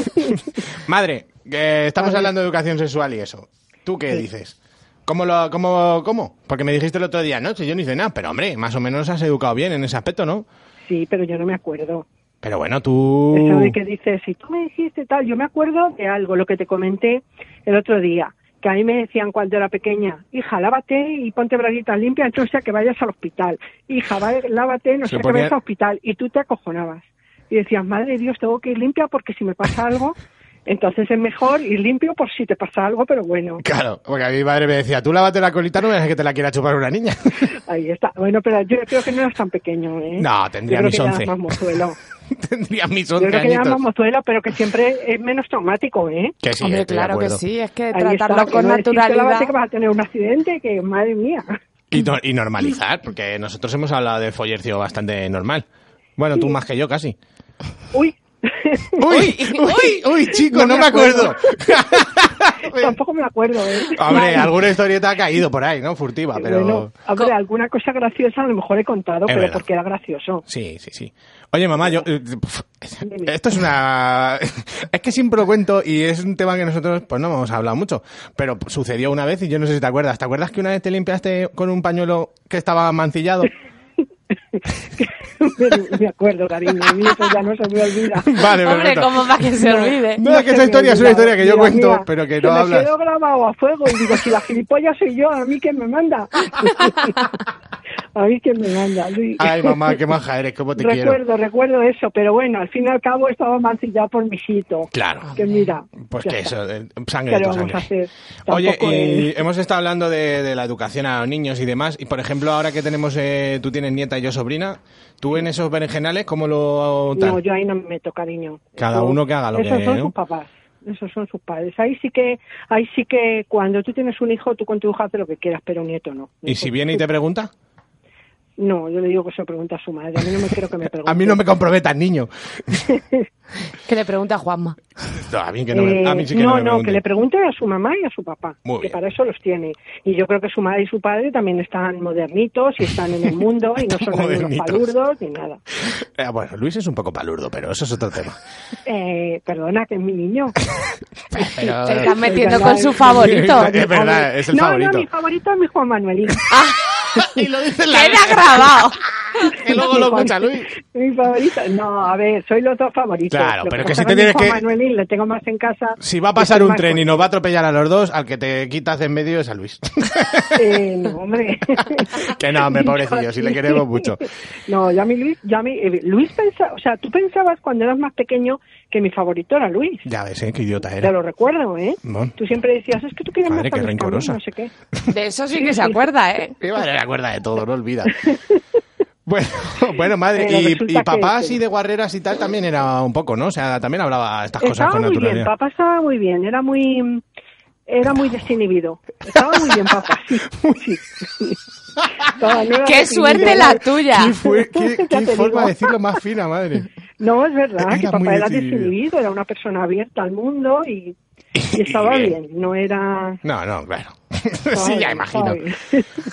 Speaker 6: madre, que estamos hablando de educación sexual y eso. ¿Tú qué dices? ¿Cómo lo, cómo, cómo? Porque me dijiste el otro día, no, si yo no hice nada, pero hombre, más o menos has educado bien en ese aspecto, ¿no?
Speaker 14: Sí, pero yo no me acuerdo.
Speaker 6: Pero bueno, tú...
Speaker 14: Eso de que dices, si tú me dijiste tal, yo me acuerdo de algo, lo que te comenté el otro día, que a mí me decían cuando era pequeña, hija, lávate y ponte braguitas limpias, entonces sea que vayas al hospital. Hija, va- lávate, no
Speaker 6: Se
Speaker 14: sea que
Speaker 6: ponía-
Speaker 14: vayas al hospital. Y tú te acojonabas. Y decías, madre de Dios, tengo que ir limpia porque si me pasa algo, entonces es mejor ir limpio por si te pasa algo, pero bueno.
Speaker 6: Claro, porque a mi madre me decía, tú lávate la colita, no me dejes que te la quiera chupar una niña.
Speaker 14: Ahí está. Bueno, pero yo creo que no eras tan pequeño, ¿eh?
Speaker 6: No, tendría
Speaker 14: yo creo
Speaker 6: mis
Speaker 14: que ya eras
Speaker 6: 11.
Speaker 14: más mozuelo.
Speaker 6: Tendría mis
Speaker 14: Yo
Speaker 6: 11
Speaker 14: creo que ya
Speaker 6: añitos.
Speaker 14: más mozuelo, pero que siempre es menos traumático, ¿eh?
Speaker 6: Que sí, Hombre, estoy de claro que acuerdo. sí,
Speaker 7: es que
Speaker 14: Ahí
Speaker 7: tratarlo
Speaker 14: que
Speaker 7: con
Speaker 14: no decirte,
Speaker 7: naturalidad-
Speaker 14: "Lávate que vas a tener un accidente, que madre mía.
Speaker 6: Y, no- y normalizar, porque nosotros hemos hablado de follercio bastante normal. Bueno, tú más que yo casi.
Speaker 14: Uy.
Speaker 6: Uy, uy, uy, chico, no me acuerdo.
Speaker 14: Tampoco me acuerdo, ¿eh?
Speaker 6: Hombre, alguna historieta ha caído por ahí, ¿no? Furtiva, pero...
Speaker 14: Bueno, hombre, alguna cosa graciosa a lo mejor he contado, pero
Speaker 6: verdad.
Speaker 14: porque era gracioso.
Speaker 6: Sí, sí, sí. Oye, mamá, yo... eh, pf, Esto es una... Es que siempre lo cuento y es un tema que nosotros, pues no hemos hablado mucho, pero sucedió una vez y yo no sé si te acuerdas. ¿Te acuerdas que una vez te limpiaste con un pañuelo que estaba mancillado?
Speaker 14: me acuerdo, cariño. A mí eso ya no se me olvida.
Speaker 6: Vale, Hombre, perfecto. ¿cómo va que se olvide? No, es que esa
Speaker 14: se me
Speaker 6: historia es una
Speaker 14: olvida.
Speaker 6: historia que yo cuento, pero que
Speaker 14: se
Speaker 6: no
Speaker 14: me
Speaker 6: hablas.
Speaker 14: quedó grabado a fuego y digo, si la gilipollas soy yo, a mí que me manda. a mí que me manda, Luis.
Speaker 6: Ay, mamá, qué maja eres, cómo Ah, te quiero.
Speaker 14: recuerdo, recuerdo eso, pero bueno, al fin y al cabo estaba mancillado por mi hijito.
Speaker 6: Claro.
Speaker 14: Que mira,
Speaker 6: Pues
Speaker 14: ya
Speaker 6: que
Speaker 14: está.
Speaker 6: eso, eh,
Speaker 14: ¿qué
Speaker 6: sangre
Speaker 14: le
Speaker 6: de tu
Speaker 14: vamos
Speaker 6: sangre.
Speaker 14: a hacer?
Speaker 6: Oye,
Speaker 14: Tampoco
Speaker 6: y
Speaker 14: es-
Speaker 6: hemos estado hablando de, de la educación a los niños y demás, y por ejemplo, ahora que tenemos, eh, tú tienes nieta y yo sobrina, tú en esos berenjenales, ¿cómo lo tal?
Speaker 14: No, yo ahí no me meto, cariño.
Speaker 6: Cada
Speaker 14: Eso-
Speaker 6: uno que haga lo
Speaker 14: esos
Speaker 6: que-
Speaker 14: son
Speaker 6: ¿no?
Speaker 14: sus papás. Esos son sus padres. Ahí sí que, ahí sí que cuando tú tienes un hijo, tú con tu hijo haces lo que quieras, pero un nieto no.
Speaker 6: ¿Y si viene y te pregunta?
Speaker 14: No, yo le digo que se lo pregunta a su madre. A mí no me quiero que me pregunte.
Speaker 6: A mí no me comprometas, niño.
Speaker 7: Que le pregunte a Juanma.
Speaker 6: No, a mí, que no me- a mí sí que
Speaker 14: Eh,
Speaker 6: no,
Speaker 14: no,
Speaker 6: me
Speaker 14: que
Speaker 6: pregunten.
Speaker 14: le pregunte a su mamá y a su papá,
Speaker 6: Muy
Speaker 14: que
Speaker 6: bien.
Speaker 14: para eso los tiene. Y yo creo que su madre y su padre también están modernitos y están en el mundo y no son ni unos
Speaker 6: Modernitos.
Speaker 14: palurdos ni nada.
Speaker 6: Eh, bueno, Luis es un poco palurdo, pero eso es otro tema.
Speaker 14: Eh, perdona, que es mi niño.
Speaker 6: Pero-
Speaker 7: Te estás metiendo
Speaker 14: verdad,
Speaker 7: con su
Speaker 14: es
Speaker 7: favorito.
Speaker 6: verdad, es verdad, es el
Speaker 14: no,
Speaker 6: favorito.
Speaker 14: no, mi favorito es mi Juan Manuelín.
Speaker 6: y lo dice
Speaker 7: la- Queda grabado.
Speaker 6: Que luego lo escucha Luis.
Speaker 14: Mi favorito. No, a ver, soy los dos favoritos.
Speaker 6: Claro,
Speaker 14: Lo
Speaker 6: pero que si
Speaker 14: pasa
Speaker 6: te
Speaker 14: con mi
Speaker 6: tienes
Speaker 14: Juan
Speaker 6: que-
Speaker 14: Manuelín le tengo más en casa.
Speaker 6: Si va a pasar un tren y nos va a atropellar a los dos, al que te quitas de en medio es a Luis.
Speaker 14: Eh, no, hombre.
Speaker 6: que no, hombre, pobrecillo, si le queremos mucho.
Speaker 14: No, ya mi Luis, ya mi eh, Luis pensaba, o sea, tú pensabas cuando eras más pequeño que mi favorito era Luis.
Speaker 6: Ya ves, ¿eh? Qué idiota
Speaker 14: Te
Speaker 6: era.
Speaker 14: lo recuerdo, ¿eh?
Speaker 6: Bueno.
Speaker 14: Tú siempre decías, es que tú quieres
Speaker 6: Madre,
Speaker 14: más a
Speaker 6: qué
Speaker 14: Luis Carlos,
Speaker 6: rencorosa.
Speaker 14: no sé qué.
Speaker 7: De eso sí que se acuerda, ¿eh?
Speaker 6: Mi madre me acuerda de todo, no olvida. Bueno, bueno madre,
Speaker 14: Pero
Speaker 6: y,
Speaker 14: resulta
Speaker 6: y
Speaker 14: que-
Speaker 6: papá
Speaker 14: que-
Speaker 6: así de guarreras y tal también era un poco, ¿no? O sea, también hablaba estas cosas
Speaker 14: Estaba
Speaker 6: con
Speaker 14: muy bien,
Speaker 6: naturalidad.
Speaker 14: papá estaba muy bien, era muy era muy desinhibido. Estaba muy bien, papá, sí. sí. Estaba- no era
Speaker 7: ¡Qué
Speaker 14: desinhibido,
Speaker 7: suerte
Speaker 14: era-
Speaker 7: la tuya!
Speaker 6: Qué, fue- qué-
Speaker 14: Ya
Speaker 6: qué
Speaker 14: te
Speaker 6: forma
Speaker 14: digo.
Speaker 6: de decirlo más fina, madre.
Speaker 14: No, es verdad,
Speaker 6: Era
Speaker 14: que
Speaker 6: muy
Speaker 14: papá era
Speaker 6: desinhibido.
Speaker 14: desinhibido, era una persona abierta al mundo y, y estaba bien. no era...
Speaker 6: No, no, claro.
Speaker 14: estaba
Speaker 6: sí, ya
Speaker 14: bien,
Speaker 6: imagino.
Speaker 14: estaba bien.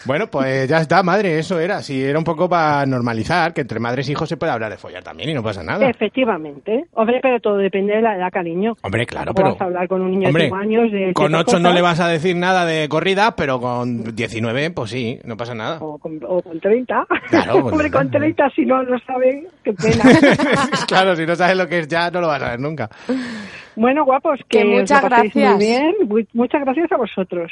Speaker 6: Bueno, pues ya está, madre, eso era. Sí, era un poco para normalizar que entre madres e hijos se puede hablar de follar también y no pasa nada.
Speaker 14: Efectivamente. Hombre, pero todo depende de la edad, cariño.
Speaker 6: Hombre, claro,
Speaker 14: Tampoco
Speaker 6: pero...
Speaker 14: vas a hablar con un niño
Speaker 6: Hombre,
Speaker 14: de 5 años de
Speaker 6: Con
Speaker 14: ciertas
Speaker 6: 8 no
Speaker 14: cosas,
Speaker 6: le vas a decir nada de corrida, pero con 19, pues sí, no pasa nada.
Speaker 14: O con, o con 30.
Speaker 6: Claro, con
Speaker 14: Hombre, con 30 si no lo sabe, qué pena.
Speaker 6: claro, si no sabes lo que es ya, no lo vas a ver nunca.
Speaker 14: Bueno, guapos, que,
Speaker 7: Que
Speaker 14: os lo
Speaker 7: muchas
Speaker 14: paséis
Speaker 7: gracias.
Speaker 14: Muy bien, Mu- muchas gracias a vosotros.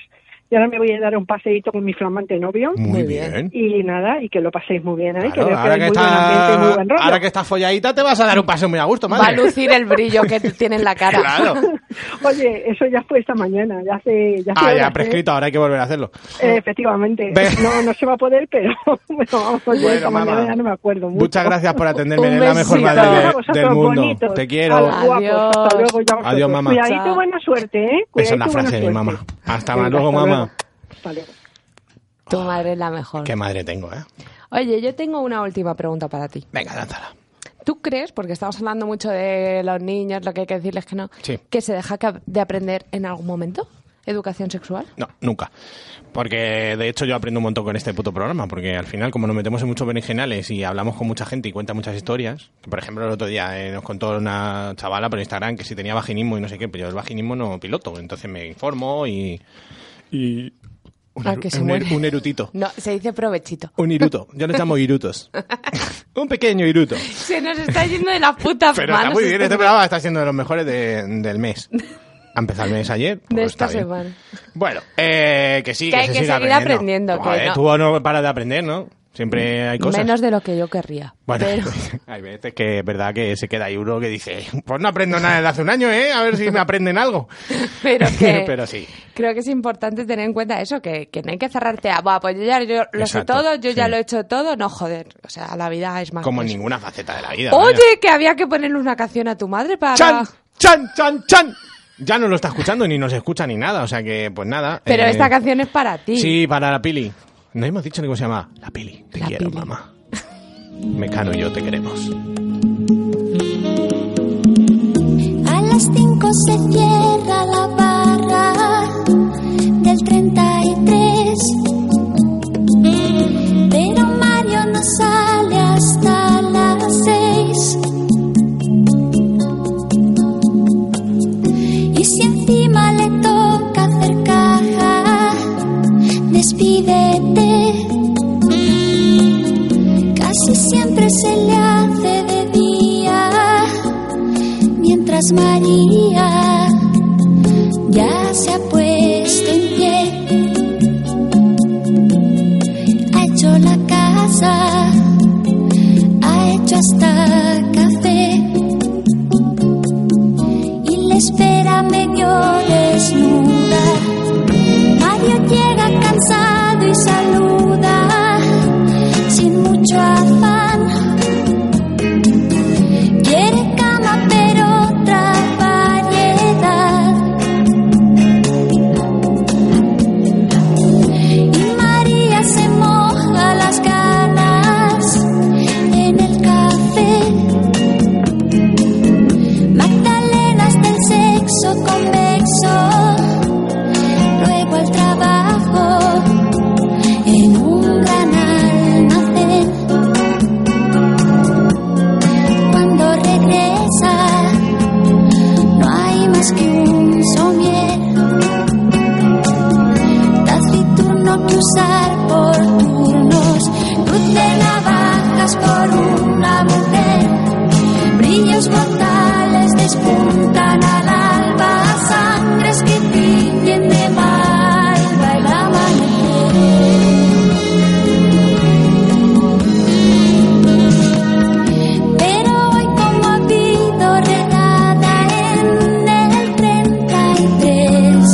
Speaker 14: Y ahora me voy a dar un paseíto con mi flamante novio.
Speaker 6: Muy Muy bien.
Speaker 14: Y nada, y que lo paséis muy bien ahí, que
Speaker 6: Claro,
Speaker 14: veo que
Speaker 6: ahora,
Speaker 14: hay
Speaker 6: que
Speaker 14: muy buen ambiente y muy
Speaker 6: está,
Speaker 14: buen rollo.
Speaker 6: ahora que estás folladita te vas a dar un paseo muy a gusto, madre.
Speaker 7: Va a lucir el brillo que tiene en la cara.
Speaker 6: Claro.
Speaker 14: Oye, eso ya fue esta mañana, ya hace... Ya hace
Speaker 6: Ah,
Speaker 14: horas,
Speaker 6: ya
Speaker 14: ¿eh?
Speaker 6: prescrito, ahora hay que volver a hacerlo.
Speaker 14: Eh, efectivamente.
Speaker 6: Ve.
Speaker 14: No, no se va a poder, pero bueno, vamos, yo
Speaker 6: Bueno,
Speaker 14: esta mañana
Speaker 6: mamá.
Speaker 14: ya no me acuerdo mucho.
Speaker 6: Muchas gracias por atenderme,
Speaker 14: Un
Speaker 6: eres la mejor
Speaker 14: besito.
Speaker 6: madre de-
Speaker 14: A vosotros,
Speaker 6: del mundo.
Speaker 14: bonitos.
Speaker 6: Te quiero.
Speaker 14: Hala, guapos, hasta
Speaker 7: Adiós.
Speaker 14: luego, ya vosotros.
Speaker 6: Adiós, mamá.
Speaker 14: Cuidadito,
Speaker 7: Chao.
Speaker 14: buena suerte, ¿eh?
Speaker 6: Esa es
Speaker 14: Cuidadito,
Speaker 6: la
Speaker 14: buena
Speaker 6: frase de mi
Speaker 14: suerte.
Speaker 6: mamá. Hasta
Speaker 14: Venga,
Speaker 6: más luego,
Speaker 14: hasta
Speaker 6: mamá.
Speaker 14: luego. Hasta luego.
Speaker 7: Tu madre es la mejor.
Speaker 6: Qué madre tengo, ¿eh?
Speaker 7: Oye, yo tengo una última pregunta para ti.
Speaker 6: Venga, lánzala.
Speaker 7: ¿Tú crees, porque estamos hablando mucho de los niños, lo que hay que decirles que no,
Speaker 6: Sí.
Speaker 7: que se deja que- de aprender en algún momento educación sexual?
Speaker 6: No, nunca. Porque de hecho yo aprendo un montón con este puto programa, porque al final como nos metemos en muchos berenjenales y hablamos con mucha gente y cuenta muchas historias, que, por ejemplo el otro día eh, nos contó una chavala por Instagram que si tenía vaginismo y no sé qué, pero yo el vaginismo no piloto, entonces me informo y... y Un,
Speaker 7: Ah,
Speaker 6: eru-
Speaker 7: que se
Speaker 6: un
Speaker 7: muere.
Speaker 6: eru- un erutito.
Speaker 7: No, se dice provechito.
Speaker 6: Un iruto. Yo les llamo irutos. un pequeño iruto.
Speaker 7: Se nos está yendo de las putas
Speaker 6: Pero
Speaker 7: manos.
Speaker 6: está muy bien,
Speaker 7: este-
Speaker 6: este programa está siendo de los mejores de- del mes. Ha empezado el mes ayer.
Speaker 7: De
Speaker 6: pues
Speaker 7: esta
Speaker 6: está bien.
Speaker 7: semana.
Speaker 6: Bueno, eh, que sí,
Speaker 7: Que
Speaker 6: que,
Speaker 7: hay
Speaker 6: se
Speaker 7: que
Speaker 6: siga
Speaker 7: seguir aprendiendo, que
Speaker 6: Joder,
Speaker 7: no. Mm,
Speaker 6: Tú no paras de aprender, ¿no? Siempre hay cosas.
Speaker 7: Menos de lo que yo querría.
Speaker 6: Bueno,
Speaker 7: Pero
Speaker 6: hay veces que es verdad que se queda ahí uno que dice, pues no aprendo nada desde hace un año, ¿eh? A ver si me aprenden algo.
Speaker 7: Pero que-
Speaker 6: Pero sí.
Speaker 7: creo que es importante tener en cuenta eso, que, que no hay que cerrarte a, "Buah, pues yo ya yo lo
Speaker 6: Exacto,
Speaker 7: sé todo, yo ya
Speaker 6: sí.
Speaker 7: lo he hecho todo. No, joder, o sea, la vida es más
Speaker 6: Como
Speaker 7: que
Speaker 6: en
Speaker 7: eso.
Speaker 6: ninguna faceta de la vida. vaya.
Speaker 7: Ah, pues Oye, que había que ponerle una canción a tu madre para...
Speaker 6: ¡Chan! ¡Chan! ¡Chan! ¡Chan! Ya no lo está escuchando, ni nos escucha, ni nada. O sea que, pues nada.
Speaker 7: Pero
Speaker 6: eh,
Speaker 7: esta canción es para ti.
Speaker 6: Sí, para la Pili. No hemos dicho ni cómo se llama. La Pili. Te quiero, mamá. Mecano y yo te queremos.
Speaker 15: A las 5 se cierra la barra del 33. Pero Mario no sale hasta las 6. Y si encima le toca hacer caja, despídete. Casi siempre se le hace de día mientras María ya se ha puesto en pie, ha hecho la casa, ha hecho hasta café y le espera medio desnuda. Mario llega cansado y saluda sin mucho afán. Quiere cama, pero otra variedad. Y María se moja las ganas en el café. Magdalenas del sexo convexo, luego al trabajo en un gran almacén cuando regresa no hay más que un somier taciturno que usar por turnos cruz de navajas por una mujer brillos mortales despuntan al alba sangres que tiñen de malva el amanecer pero hoy como ha habido redada en el 33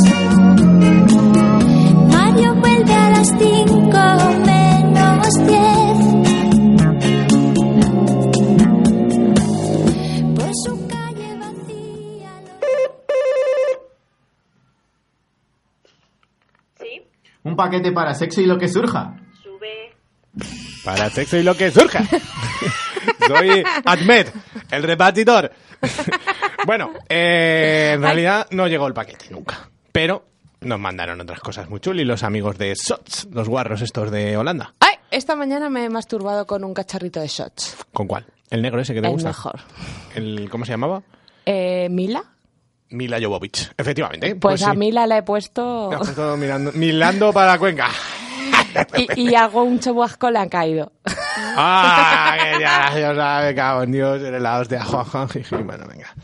Speaker 15: Mario vuelve a las 5 menos 10 Por su calle vacía
Speaker 13: Un paquete para sexo y lo que surja.
Speaker 6: Para sexo y lo que surja. Soy Ahmed, el repartidor. bueno, eh, en realidad no llegó el paquete nunca. Pero nos mandaron otras cosas muy chulis los amigos de Sots, los guarros estos de Holanda.
Speaker 7: Ay, esta mañana me he masturbado con un cacharrito de shots.
Speaker 6: ¿Con cuál? ¿El negro ese que te
Speaker 7: El
Speaker 6: gusta?
Speaker 7: mejor.
Speaker 6: El- ¿Cómo se llamaba?
Speaker 7: Eh, ¿Mila?
Speaker 6: Mila Jovovich. Efectivamente.
Speaker 7: Pues, a
Speaker 6: sí.
Speaker 7: Mila le he puesto...
Speaker 6: Te has puesto mirando, milando para Cuenca.
Speaker 7: y, y hago un chubasco le ha caído.
Speaker 6: ¡Ah! Que ya, ya sabe, cago en Dios, eres la hostia. Juan, Bueno, venga.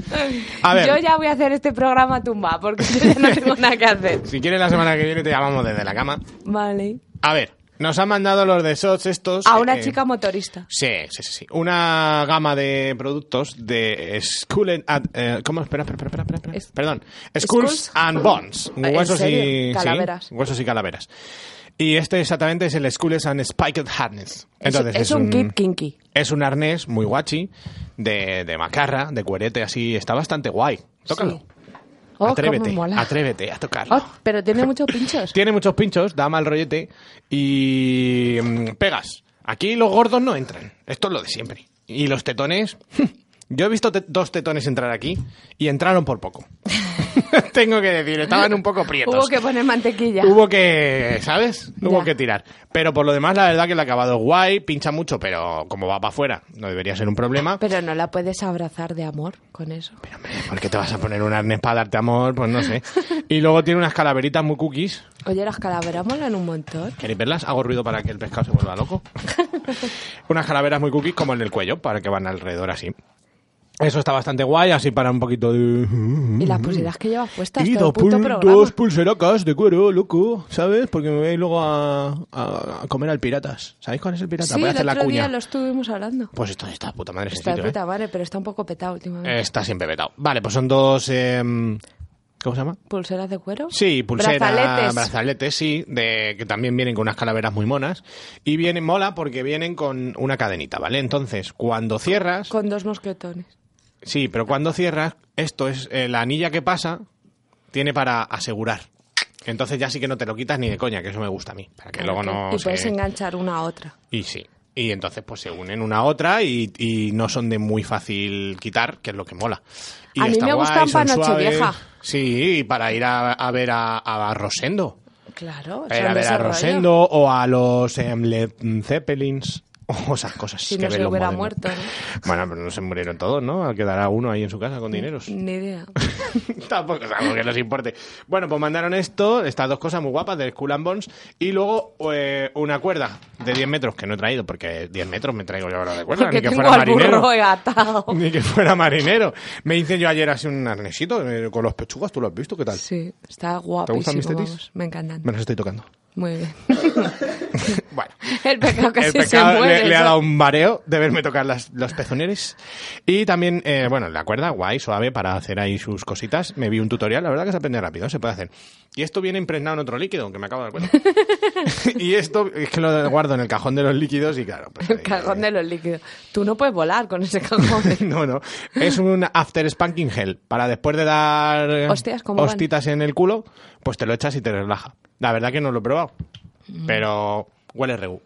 Speaker 6: A ver.
Speaker 7: Yo ya voy a hacer este programa tumba, porque yo ya no tengo nada que hacer.
Speaker 6: Si quieres, la semana que viene te llamamos desde la cama.
Speaker 7: Vale.
Speaker 6: A ver, nos han mandado los de SOTS estos.
Speaker 7: A una
Speaker 6: eh,
Speaker 7: chica motorista.
Speaker 6: Sí, sí, sí, sí. Una gama de productos de School and. ad- eh, ¿Cómo? Espera, espera, espera, espera. espera. Perdón. Schools,
Speaker 7: Skulls. Ah,
Speaker 6: and Bones.
Speaker 7: ¿En
Speaker 6: Huesos y.
Speaker 7: serio? Calaveras.
Speaker 6: sí, huesos y calaveras. Y este exactamente es el Schools and Spiked Harness. Entonces,
Speaker 7: es, es un kit kinky.
Speaker 6: es un arnés muy guachi, de, de macarra, de cuerete así. Está bastante guay. Tócalo.
Speaker 7: Oh,
Speaker 6: atrévete,
Speaker 7: cómo mola.
Speaker 6: atrévete a tocarlo.
Speaker 7: Oh, pero tiene muchos pinchos.
Speaker 6: Tiene muchos pinchos, da mal rollete y mm, pegas. Aquí los gordos no entran. Esto es lo de siempre. Y los tetones Yo he visto te- dos tetones entrar aquí y entraron por poco. Tengo que decir, estaban un poco prietos.
Speaker 7: Hubo que poner mantequilla.
Speaker 6: Hubo que, ¿sabes? Hubo que tirar. Pero por lo demás, la verdad que el acabado es guay, pincha mucho, pero como va para afuera, no debería ser un problema.
Speaker 7: Pero no la puedes abrazar de amor con eso.
Speaker 6: Porque te vas a poner un arnés para darte amor, pues no sé. Y luego tiene unas calaveritas muy cookies.
Speaker 7: Oye, las calaveras molan un montón.
Speaker 6: ¿Queréis verlas? Hago ruido para que el pescado se vuelva loco. Unas calaveras muy cookies como en el cuello, para que van alrededor así. Eso está bastante guay, así para un poquito de...
Speaker 7: Y las pulseras que llevas puestas
Speaker 6: Mm. Y
Speaker 7: todo
Speaker 6: dos,
Speaker 7: el puto
Speaker 6: pul-
Speaker 7: programa.
Speaker 6: dos pulseracas de cuero, loco, ¿sabes? Porque me voy a ir luego a, a- a comer al piratas. ¿Sabéis cuál es el pirata?
Speaker 7: Sí,
Speaker 6: voy a
Speaker 7: el
Speaker 6: hacer la
Speaker 7: otro
Speaker 6: cuña.
Speaker 7: día lo estuvimos hablando.
Speaker 6: Pues esto está de puta madre ese
Speaker 7: Está de
Speaker 6: sitio, ¿eh?
Speaker 7: puta madre, pero está un poco petado últimamente.
Speaker 6: Está siempre vetado. Vale, pues son dos... em, ¿Cómo se llama?
Speaker 7: ¿Pulseras de cuero?
Speaker 6: Sí, pulseras,
Speaker 7: Brazaletes.
Speaker 6: brazaletes, sí, de, que también vienen con unas calaveras muy monas. Y vienen mola porque vienen con una cadenita, ¿vale? Entonces, cuando cierras...
Speaker 7: Con dos mosquetones.
Speaker 6: Sí, pero cuando cierras, esto es eh, la anilla que pasa, tiene para asegurar. Entonces ya sí que no te lo quitas ni de coña, que eso me gusta a mí, para que luego no
Speaker 7: y
Speaker 6: se-
Speaker 7: puedes enganchar una a otra.
Speaker 6: Y sí. Y entonces pues se unen una a otra y, y no son de muy fácil quitar, que es lo que mola. Y
Speaker 7: A mí
Speaker 6: está
Speaker 7: me
Speaker 6: guay,
Speaker 7: gustan
Speaker 6: son
Speaker 7: pa' Nochevieja.
Speaker 6: suaves. Sí, y para ir a, a ver a, a Rosendo.
Speaker 7: Claro.
Speaker 6: Para ir
Speaker 7: son
Speaker 6: a
Speaker 7: de
Speaker 6: ver
Speaker 7: ese
Speaker 6: a
Speaker 7: rollo.
Speaker 6: Rosendo o a los em, Led Zeppelins o esas cosas.
Speaker 7: Si
Speaker 6: que
Speaker 7: no
Speaker 6: ven
Speaker 7: se
Speaker 6: los
Speaker 7: hubiera
Speaker 6: modernos.
Speaker 7: muerto, ¿no?
Speaker 6: Bueno, pero no se murieron todos, ¿no? Quedará uno ahí en su casa con dineros.
Speaker 7: Ni idea.
Speaker 6: Pues Tampoco es algo que nos importe. Bueno, pues mandaron esto, estas dos cosas muy guapas del Skull and Bones y luego eh, una cuerda de 10 metros que no he traído porque 10 metros me traigo yo ahora de cuerda,
Speaker 7: Porque
Speaker 6: ni que
Speaker 7: tengo
Speaker 6: fuera
Speaker 7: al
Speaker 6: marinero.
Speaker 7: burro atado.
Speaker 6: Ni que fuera marinero. Me hice yo ayer así un arnesito eh, con los pechugas, ¿tú lo has visto? ¿Qué tal?
Speaker 7: Sí, está
Speaker 6: ¿Te
Speaker 7: guapísimo.
Speaker 6: gustan mis tetis?
Speaker 7: vamos, Me encantan.
Speaker 6: Me los estoy tocando.
Speaker 7: Muy bien.
Speaker 6: bueno.
Speaker 7: El pecado casi
Speaker 6: El pecado
Speaker 7: se muere.
Speaker 6: le, le ha
Speaker 7: ¿no?
Speaker 6: dado un mareo de verme tocar las- los pezoneres. Y también, eh, bueno, la cuerda, guay, suave, para hacer ahí sus cositas. Me vi un tutorial, la verdad que se aprende rápido, se puede hacer. Y esto viene impregnado en otro líquido, que me acabo de dar cuenta. y esto es que lo guardo en el cajón de los líquidos y claro, pues
Speaker 7: El cajón de los líquidos. Tú no puedes volar con ese cajón.
Speaker 6: no, no. Es un after spanking gel, para después de dar eh,
Speaker 7: Hostias, ¿cómo van?
Speaker 6: hostitas en el culo, pues te lo echas y te relaja. La verdad que no lo he probado,
Speaker 7: Mm.
Speaker 6: pero huele regu.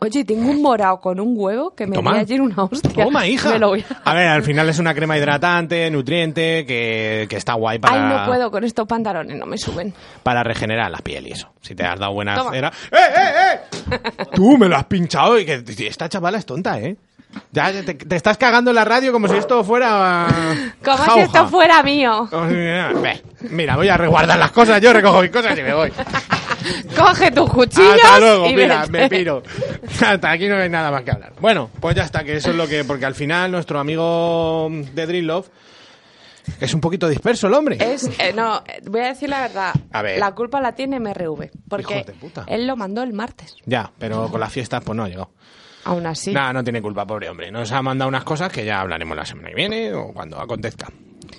Speaker 7: Oye, tengo un morado con un huevo que me
Speaker 6: Toma.
Speaker 7: di ayer una hostia.
Speaker 6: Toma, hija.
Speaker 7: Me lo voy a-
Speaker 6: A ver, al final es una crema hidratante, nutriente, que, que está guay para,
Speaker 7: Ay, no puedo con estos pantalones, no me suben.
Speaker 6: para regenerar la piel y eso. Si te has dado buena
Speaker 7: Toma.
Speaker 6: cera. ¡Eh, eh, eh! Tú me lo has pinchado y que y esta chavala es tonta, ¿eh? Ya te, te estás cagando en la radio como si esto fuera.
Speaker 7: Como si
Speaker 6: jauja.
Speaker 7: esto fuera mío.
Speaker 6: Como si- Ve, Mira, voy a resguardar las cosas, yo recojo mis cosas y me voy.
Speaker 7: Coge tus cuchillos.
Speaker 6: Hasta luego,
Speaker 7: y
Speaker 6: mira,
Speaker 7: vete.
Speaker 6: me piro. Hasta aquí no hay nada más que hablar. Bueno, pues ya está, que eso es lo que. Porque al final, nuestro amigo de Dream Love es un poquito disperso el hombre.
Speaker 7: Es, eh, no, eh, voy a decir la verdad.
Speaker 6: A ver.
Speaker 7: La culpa la tiene MRV. Porque
Speaker 6: Hijos de puta.
Speaker 7: él lo mandó el martes.
Speaker 6: Ya, pero con las fiestas, pues no ha llegado.
Speaker 7: Aún así.
Speaker 6: Nada, no tiene culpa, pobre hombre. Nos ha mandado unas cosas que ya hablaremos la semana que viene o cuando acontezca.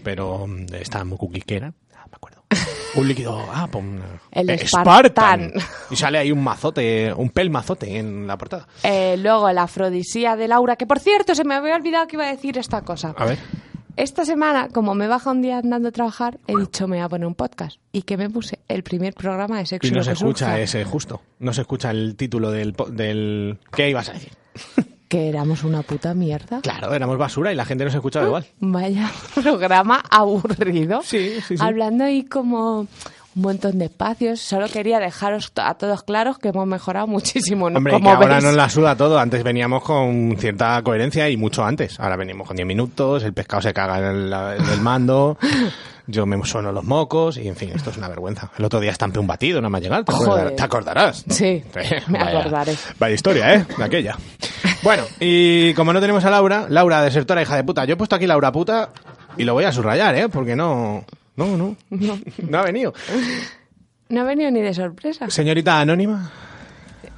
Speaker 6: Pero mm, está muy cuquiquera. Ah, me acuerdo. Un líquido. Ah, pues. una-
Speaker 7: El
Speaker 6: eh,
Speaker 7: Spartan.
Speaker 6: Y sale ahí un mazote, un pelmazote en la portada.
Speaker 7: Eh, luego la afrodisía de Laura, que por cierto, se me había olvidado que iba a decir esta cosa.
Speaker 6: A ver.
Speaker 7: Esta semana, como me baja un día andando a trabajar, he dicho me voy a poner un podcast. Y que me puse el primer programa de sexo.
Speaker 6: Y no
Speaker 7: lo
Speaker 6: se
Speaker 7: que
Speaker 6: escucha
Speaker 7: surja,
Speaker 6: ese justo. No se escucha el título del, po- del... ¿Qué ibas a decir?
Speaker 7: Que éramos una puta mierda.
Speaker 6: Claro, éramos basura y la gente no se
Speaker 7: Ah.
Speaker 6: escuchaba igual.
Speaker 7: Vaya programa aburrido.
Speaker 6: sí, sí.
Speaker 7: Hablando ahí como un montón de espacios. Solo quería dejaros to- a todos claros que hemos mejorado muchísimo. ¿no?
Speaker 6: Hombre, y que
Speaker 7: como
Speaker 6: ahora
Speaker 7: veis.
Speaker 6: nos la suda todo. Antes veníamos con cierta coherencia y mucho antes. Ahora venimos con 10 minutos, el pescado se caga en el, en el mando, yo me sueno los mocos y, en fin, esto es una vergüenza. El otro día estampé un batido, no me ha llegado. ¿Te,
Speaker 7: Joder.
Speaker 6: acordarás- te acordarás?
Speaker 7: Sí, me
Speaker 6: Eh, Vaya.
Speaker 7: acordaré.
Speaker 6: Vaya historia, ¿eh? De aquella. Bueno, y como no tenemos a Laura, Laura, desertora, hija de puta, yo he puesto aquí Laura puta y lo voy a subrayar, ¿eh? Porque no... No, no.
Speaker 7: No,
Speaker 6: No ha venido.
Speaker 7: no ha venido ni de sorpresa.
Speaker 6: Señorita Anónima.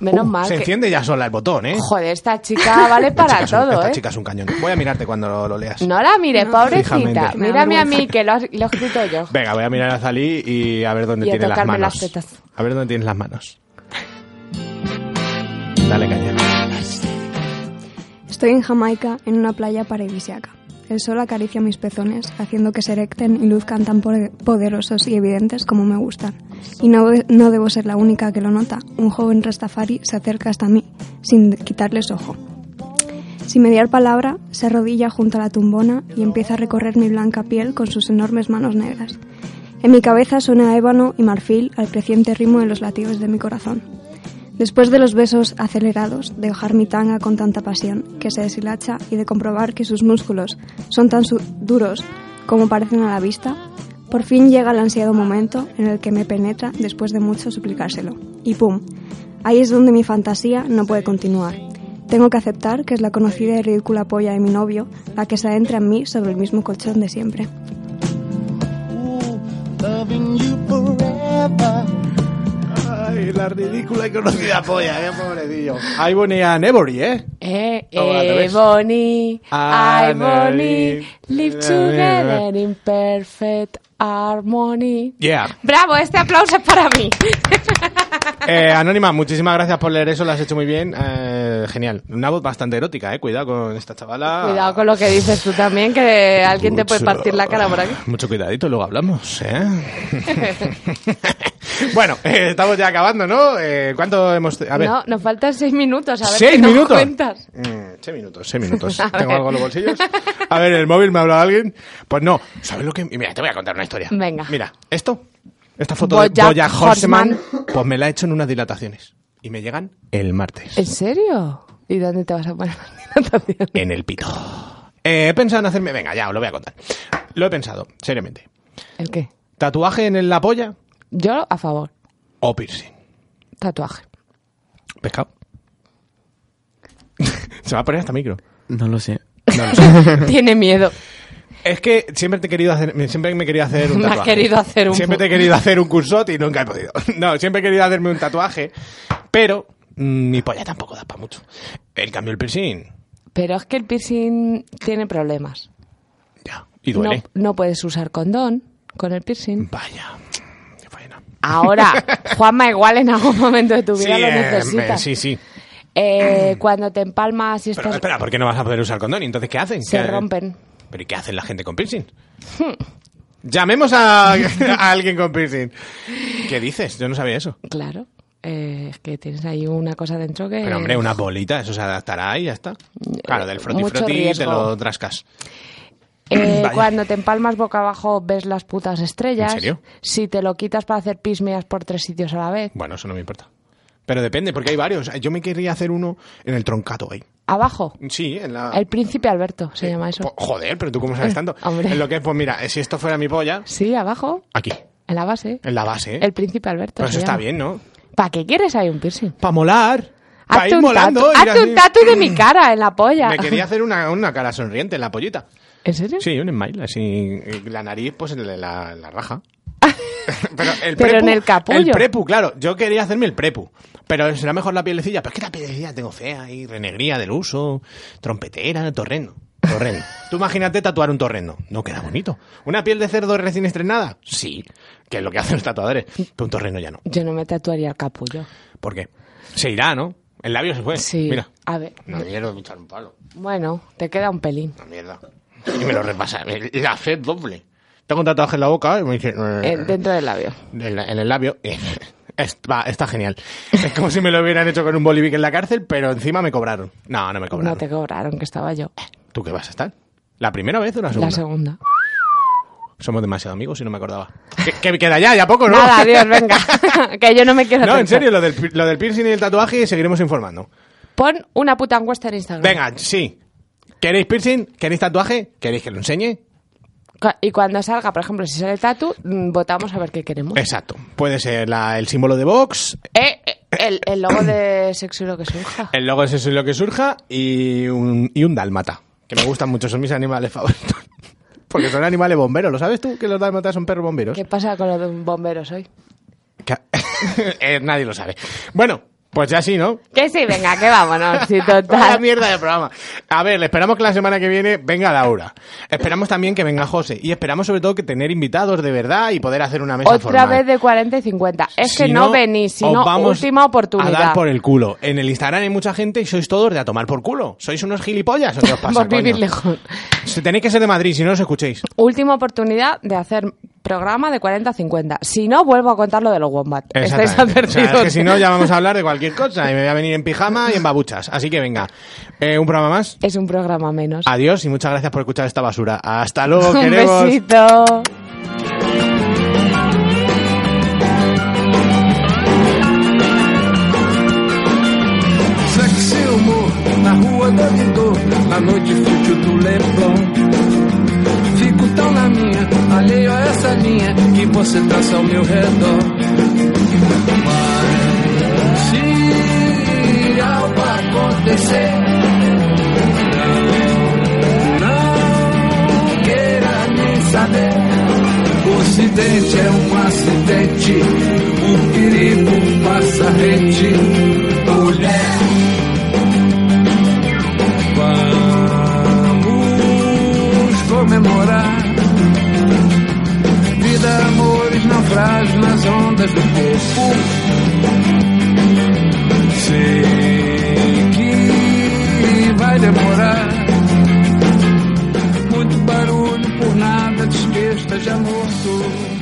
Speaker 7: Menos
Speaker 6: Uh,
Speaker 7: mal.
Speaker 6: Se
Speaker 7: que-
Speaker 6: enciende ya sola el botón, ¿eh?
Speaker 7: Joder, esta chica vale
Speaker 6: Esta chica
Speaker 7: para
Speaker 6: es un-
Speaker 7: todo,
Speaker 6: Esta
Speaker 7: ¿eh?
Speaker 6: chica es un cañón. Voy a mirarte cuando lo, lo leas.
Speaker 7: No la mires, pobrecita.
Speaker 6: Fijamente.
Speaker 7: Mírame a mí, que lo, has- lo he escrito yo.
Speaker 6: Venga, voy a mirar a Zalí y a ver dónde
Speaker 7: Y a
Speaker 6: tiene las
Speaker 7: tocarme
Speaker 6: manos.
Speaker 7: las tetas.
Speaker 6: A ver dónde tienes las manos. Dale caña.
Speaker 16: Estoy en Jamaica, en una playa paradisiaca. El sol acaricia mis pezones, haciendo que se erecten y luzcan tan pode- poderosos y evidentes como me gustan. Y no, no debo ser la única que lo nota. Un joven Rastafari se acerca hasta mí, sin quitarles ojo. Sin mediar palabra, se arrodilla junto a la tumbona y empieza a recorrer mi blanca piel con sus enormes manos negras. En mi cabeza suena ébano y marfil al creciente ritmo de los latidos de mi corazón. Después de los besos acelerados, de hojar mi tanga con tanta pasión que se deshilacha y de comprobar que sus músculos son tan su- duros como parecen a la vista, por fin llega el ansiado momento en el que me penetra después de mucho suplicárselo. Y ¡pum! Ahí es donde mi fantasía no puede continuar. Tengo que aceptar que es la conocida y ridícula polla de mi novio la que se adentra en mí sobre el mismo colchón de siempre.
Speaker 17: Loving you forever.
Speaker 6: Ay, la ridícula y conocida polla, qué pobrecillo. Ahí ponía Nevory, ¿eh?
Speaker 7: Eh,
Speaker 6: Todo al
Speaker 7: eh,
Speaker 6: revés.
Speaker 7: Bonnie,
Speaker 6: Ah,
Speaker 7: I, Bonnie, live
Speaker 6: eh,
Speaker 7: together in perfect harmony.
Speaker 6: Yeah.
Speaker 7: Bravo, este aplauso es para mí.
Speaker 6: Eh, Anónima, muchísimas gracias por leer eso, lo has hecho muy bien. Eh, genial. Una voz bastante erótica, ¿eh? Cuidado con esta chavala.
Speaker 7: Cuidado con lo que dices tú también, que alguien te puede
Speaker 6: Ah. Mucho.
Speaker 7: partir la cara por aquí.
Speaker 6: Mucho cuidadito, luego hablamos, ¿eh? bueno, eh, estamos ya acabando, ¿no? Eh, ¿Cuánto hemos...? A ver...
Speaker 7: No, nos faltan seis minutos. A ver
Speaker 6: ¿Seis
Speaker 7: qué nos
Speaker 6: minutos?
Speaker 7: cuentas.
Speaker 6: Mm, seis minutos, seis minutos.
Speaker 7: A
Speaker 6: ¿Tengo
Speaker 7: ver.
Speaker 6: algo en los bolsillos? A ver, ¿el móvil me ha hablado alguien? Pues no. ¿Sabes lo que...? y Mira, te voy a contar una historia.
Speaker 7: Venga.
Speaker 6: Mira, esto, esta foto de
Speaker 7: Bojack
Speaker 6: Boya Horseman,
Speaker 7: Horseman.
Speaker 6: pues me la he hecho en unas dilataciones. Y me llegan el martes,
Speaker 7: ¿En serio? ¿Y dónde te vas a poner?
Speaker 6: en el pito. Eh, he pensado en hacerme... Venga, ya, os lo voy a contar. Lo he pensado, seriamente.
Speaker 7: ¿El qué?
Speaker 6: ¿Tatuaje en la polla
Speaker 7: Yo a favor.
Speaker 6: o piercing?
Speaker 7: Tatuaje.
Speaker 6: Pescado. Se va a poner hasta micro.
Speaker 13: No lo sé.
Speaker 7: Tiene miedo.
Speaker 6: Es que siempre te he querido hacer, siempre me he querido hacer un
Speaker 7: Me has
Speaker 6: tatuaje.
Speaker 7: querido hacer un-
Speaker 6: Siempre te he querido hacer un cursot y nunca he podido. No, siempre he querido hacerme un tatuaje, pero mm, mi polla tampoco da para mucho. En cambio el piercing
Speaker 7: Pero es que el piercing tiene problemas.
Speaker 6: y duele.
Speaker 7: No, no puedes usar condón con el piercing.
Speaker 6: Vaya.
Speaker 7: Ahora, Juanma, igual en algún momento de tu
Speaker 6: Sí,
Speaker 7: vida lo
Speaker 6: eh,
Speaker 7: necesitas.
Speaker 6: me- sí, sí.
Speaker 7: Eh, cuando te empalmas y
Speaker 6: Pero
Speaker 7: estás...
Speaker 6: espera, ¿por qué no vas a poder usar condón? ¿Y entonces qué hacen?
Speaker 7: se
Speaker 6: ¿Qué-
Speaker 7: rompen. Hmm.
Speaker 6: ¿Pero y qué hacen la gente con piercing? Llamemos a, a alguien con piercing. ¿Qué dices? Yo no sabía eso.
Speaker 7: Claro. Eh, es que tienes ahí una cosa dentro que...
Speaker 6: Pero hombre, una bolita, eso se adaptará y ya está. Claro, del froti
Speaker 7: eh, mucho
Speaker 6: froti te
Speaker 7: riesgo.
Speaker 6: lo trascas.
Speaker 7: Eh,
Speaker 6: Vaya.
Speaker 7: cuando te empalmas boca abajo ves las putas estrellas.
Speaker 6: ¿En serio?
Speaker 7: Si te lo quitas para hacer pismeas por tres sitios a la vez.
Speaker 6: Bueno, eso no me importa. Pero depende, porque hay varios. Yo me quería hacer uno en el troncato gay.
Speaker 7: Abajo.
Speaker 6: Sí, en la...
Speaker 7: El príncipe Alberto se llama eso.
Speaker 6: Ah. Po- Joder, pero tú cómo sabes tanto.
Speaker 7: Hombre.
Speaker 6: En lo que es, pues mira, eh, si esto fuera mi polla,
Speaker 7: Sí, abajo,
Speaker 6: aquí,
Speaker 7: en la base.
Speaker 6: en la base. ¿eh?
Speaker 7: El príncipe Alberto.
Speaker 6: Pero eso está bien, ¿no?
Speaker 7: ¿Para qué quieres ahí un piercing?
Speaker 6: Para molar. Pa' ir
Speaker 7: Hazte un,
Speaker 6: molando,
Speaker 7: tatu,
Speaker 6: ir
Speaker 7: hazte
Speaker 6: así. Mm.
Speaker 7: un tatu de mi cara en la polla.
Speaker 6: Me quería hacer una, una cara sonriente en la pollita.
Speaker 7: ¿En serio?
Speaker 6: Sí, un smile, así. y La nariz, pues en la, la- la raja. pero el
Speaker 7: Pero en el capullo.
Speaker 6: El prepu, claro. Yo quería hacerme el prepu. Pero será mejor la pielecilla. Pero es que la pielecilla tengo fea y renegría del uso, trompetera, torreno. Torreno. Tú imagínate tatuar un torreno. No queda bonito. ¿Una piel de cerdo recién estrenada? Sí. Que es lo que hacen los tatuadores. Pero un torreno ya no.
Speaker 7: Yo no me tatuaría el capullo.
Speaker 6: ¿Por qué? Se irá, ¿no? El labio se fue.
Speaker 7: Sí.
Speaker 6: Mira.
Speaker 7: A ver.
Speaker 6: No quiero luchar un palo.
Speaker 7: Bueno, te queda un pelín.
Speaker 6: La Ah, mierda. Y me lo repasa. La fe doble. Tengo un tatuaje en la boca y me dice...
Speaker 7: Eh, dentro del labio.
Speaker 6: en, la- en el labio. Es- va, está genial. Es como si me lo hubieran hecho con un bolivic en la cárcel, pero encima me cobraron. No, no me cobraron.
Speaker 7: No te cobraron, que estaba yo.
Speaker 6: ¿Tú qué vas a estar? ¿La primera vez o la segunda?
Speaker 7: La segunda.
Speaker 6: Somos demasiado amigos y no me acordaba. Que, que me queda ya, ya poco, ¿no?
Speaker 7: Nada, adiós, venga. que yo no me quiero
Speaker 6: No, en
Speaker 7: atender.
Speaker 6: serio, lo del, pi- lo del piercing y el tatuaje seguiremos informando.
Speaker 7: Pon una puta encuesta en Instagram.
Speaker 6: Venga, sí. ¿Queréis piercing? ¿Queréis tatuaje? ¿Queréis que lo enseñe?
Speaker 7: Cu- Y cuando salga, por ejemplo, si sale el tatu, mm, votamos a ver qué queremos.
Speaker 6: Exacto. Puede ser la- el símbolo de Vox,
Speaker 7: Eh, eh, el, el logo de sexo y lo que surja.
Speaker 6: El logo es eso y lo que surja y un, y un dálmata, que me gustan mucho, son mis animales favoritos. Porque son animales bomberos, ¿lo sabes tú? Que los dálmatas son perros bomberos.
Speaker 7: ¿Qué pasa con los de- bomberos hoy?
Speaker 6: Eh, nadie lo sabe. Bueno, pues ya sí, ¿no?
Speaker 7: Que sí, venga, que vámonos. Sí,
Speaker 6: Vaya
Speaker 7: total.
Speaker 6: mierda de programa. A ver, le esperamos que la semana que viene venga Laura. Esperamos también que venga José. Y esperamos sobre todo que tener invitados de verdad y poder hacer una mesa
Speaker 7: Otra
Speaker 6: formal.
Speaker 7: vez de 40 y 50. Es
Speaker 6: eh. Si
Speaker 7: que no, venís,
Speaker 6: os
Speaker 7: sino
Speaker 6: vamos
Speaker 7: última oportunidad.
Speaker 6: A dar por el culo. En el Instagram hay mucha gente y sois todos de a tomar por culo. Sois unos gilipollas, ¿o qué os pasa?
Speaker 7: Por vivir
Speaker 6: coño?
Speaker 7: lejos.
Speaker 6: Se- Tenéis que ser de Madrid, si no os escuchéis.
Speaker 7: Última oportunidad de hacer programa de 40 a 50. Si no, vuelvo a contar lo de los Wombat.
Speaker 6: Exactamente.
Speaker 7: Estáis
Speaker 6: O sea,
Speaker 7: advertidos.
Speaker 6: es que si no, ya vamos a hablar de cualquier cosa y me voy a venir en pijama y en babuchas. Así que venga, Eh, un programa más.
Speaker 7: Es un programa menos.
Speaker 6: Adiós y muchas gracias por escuchar esta basura. Hasta luego,
Speaker 7: Un
Speaker 6: queremos.
Speaker 7: besito.
Speaker 8: Sexy humor na rua do Guindô, na noite fútil do Leblon. Fico tão na minha, alheio a essa linha que você traça ao meu redor. Mas se algo acontecer, não, não queira nem saber. O ocidente é um acidente, o perigo passa rente, mulher. Vamos comemorar. Vida, amores, naufrágios nas ondas do corpo. Sei que vai demorar. Muito barulho por nada, despejo, já morto.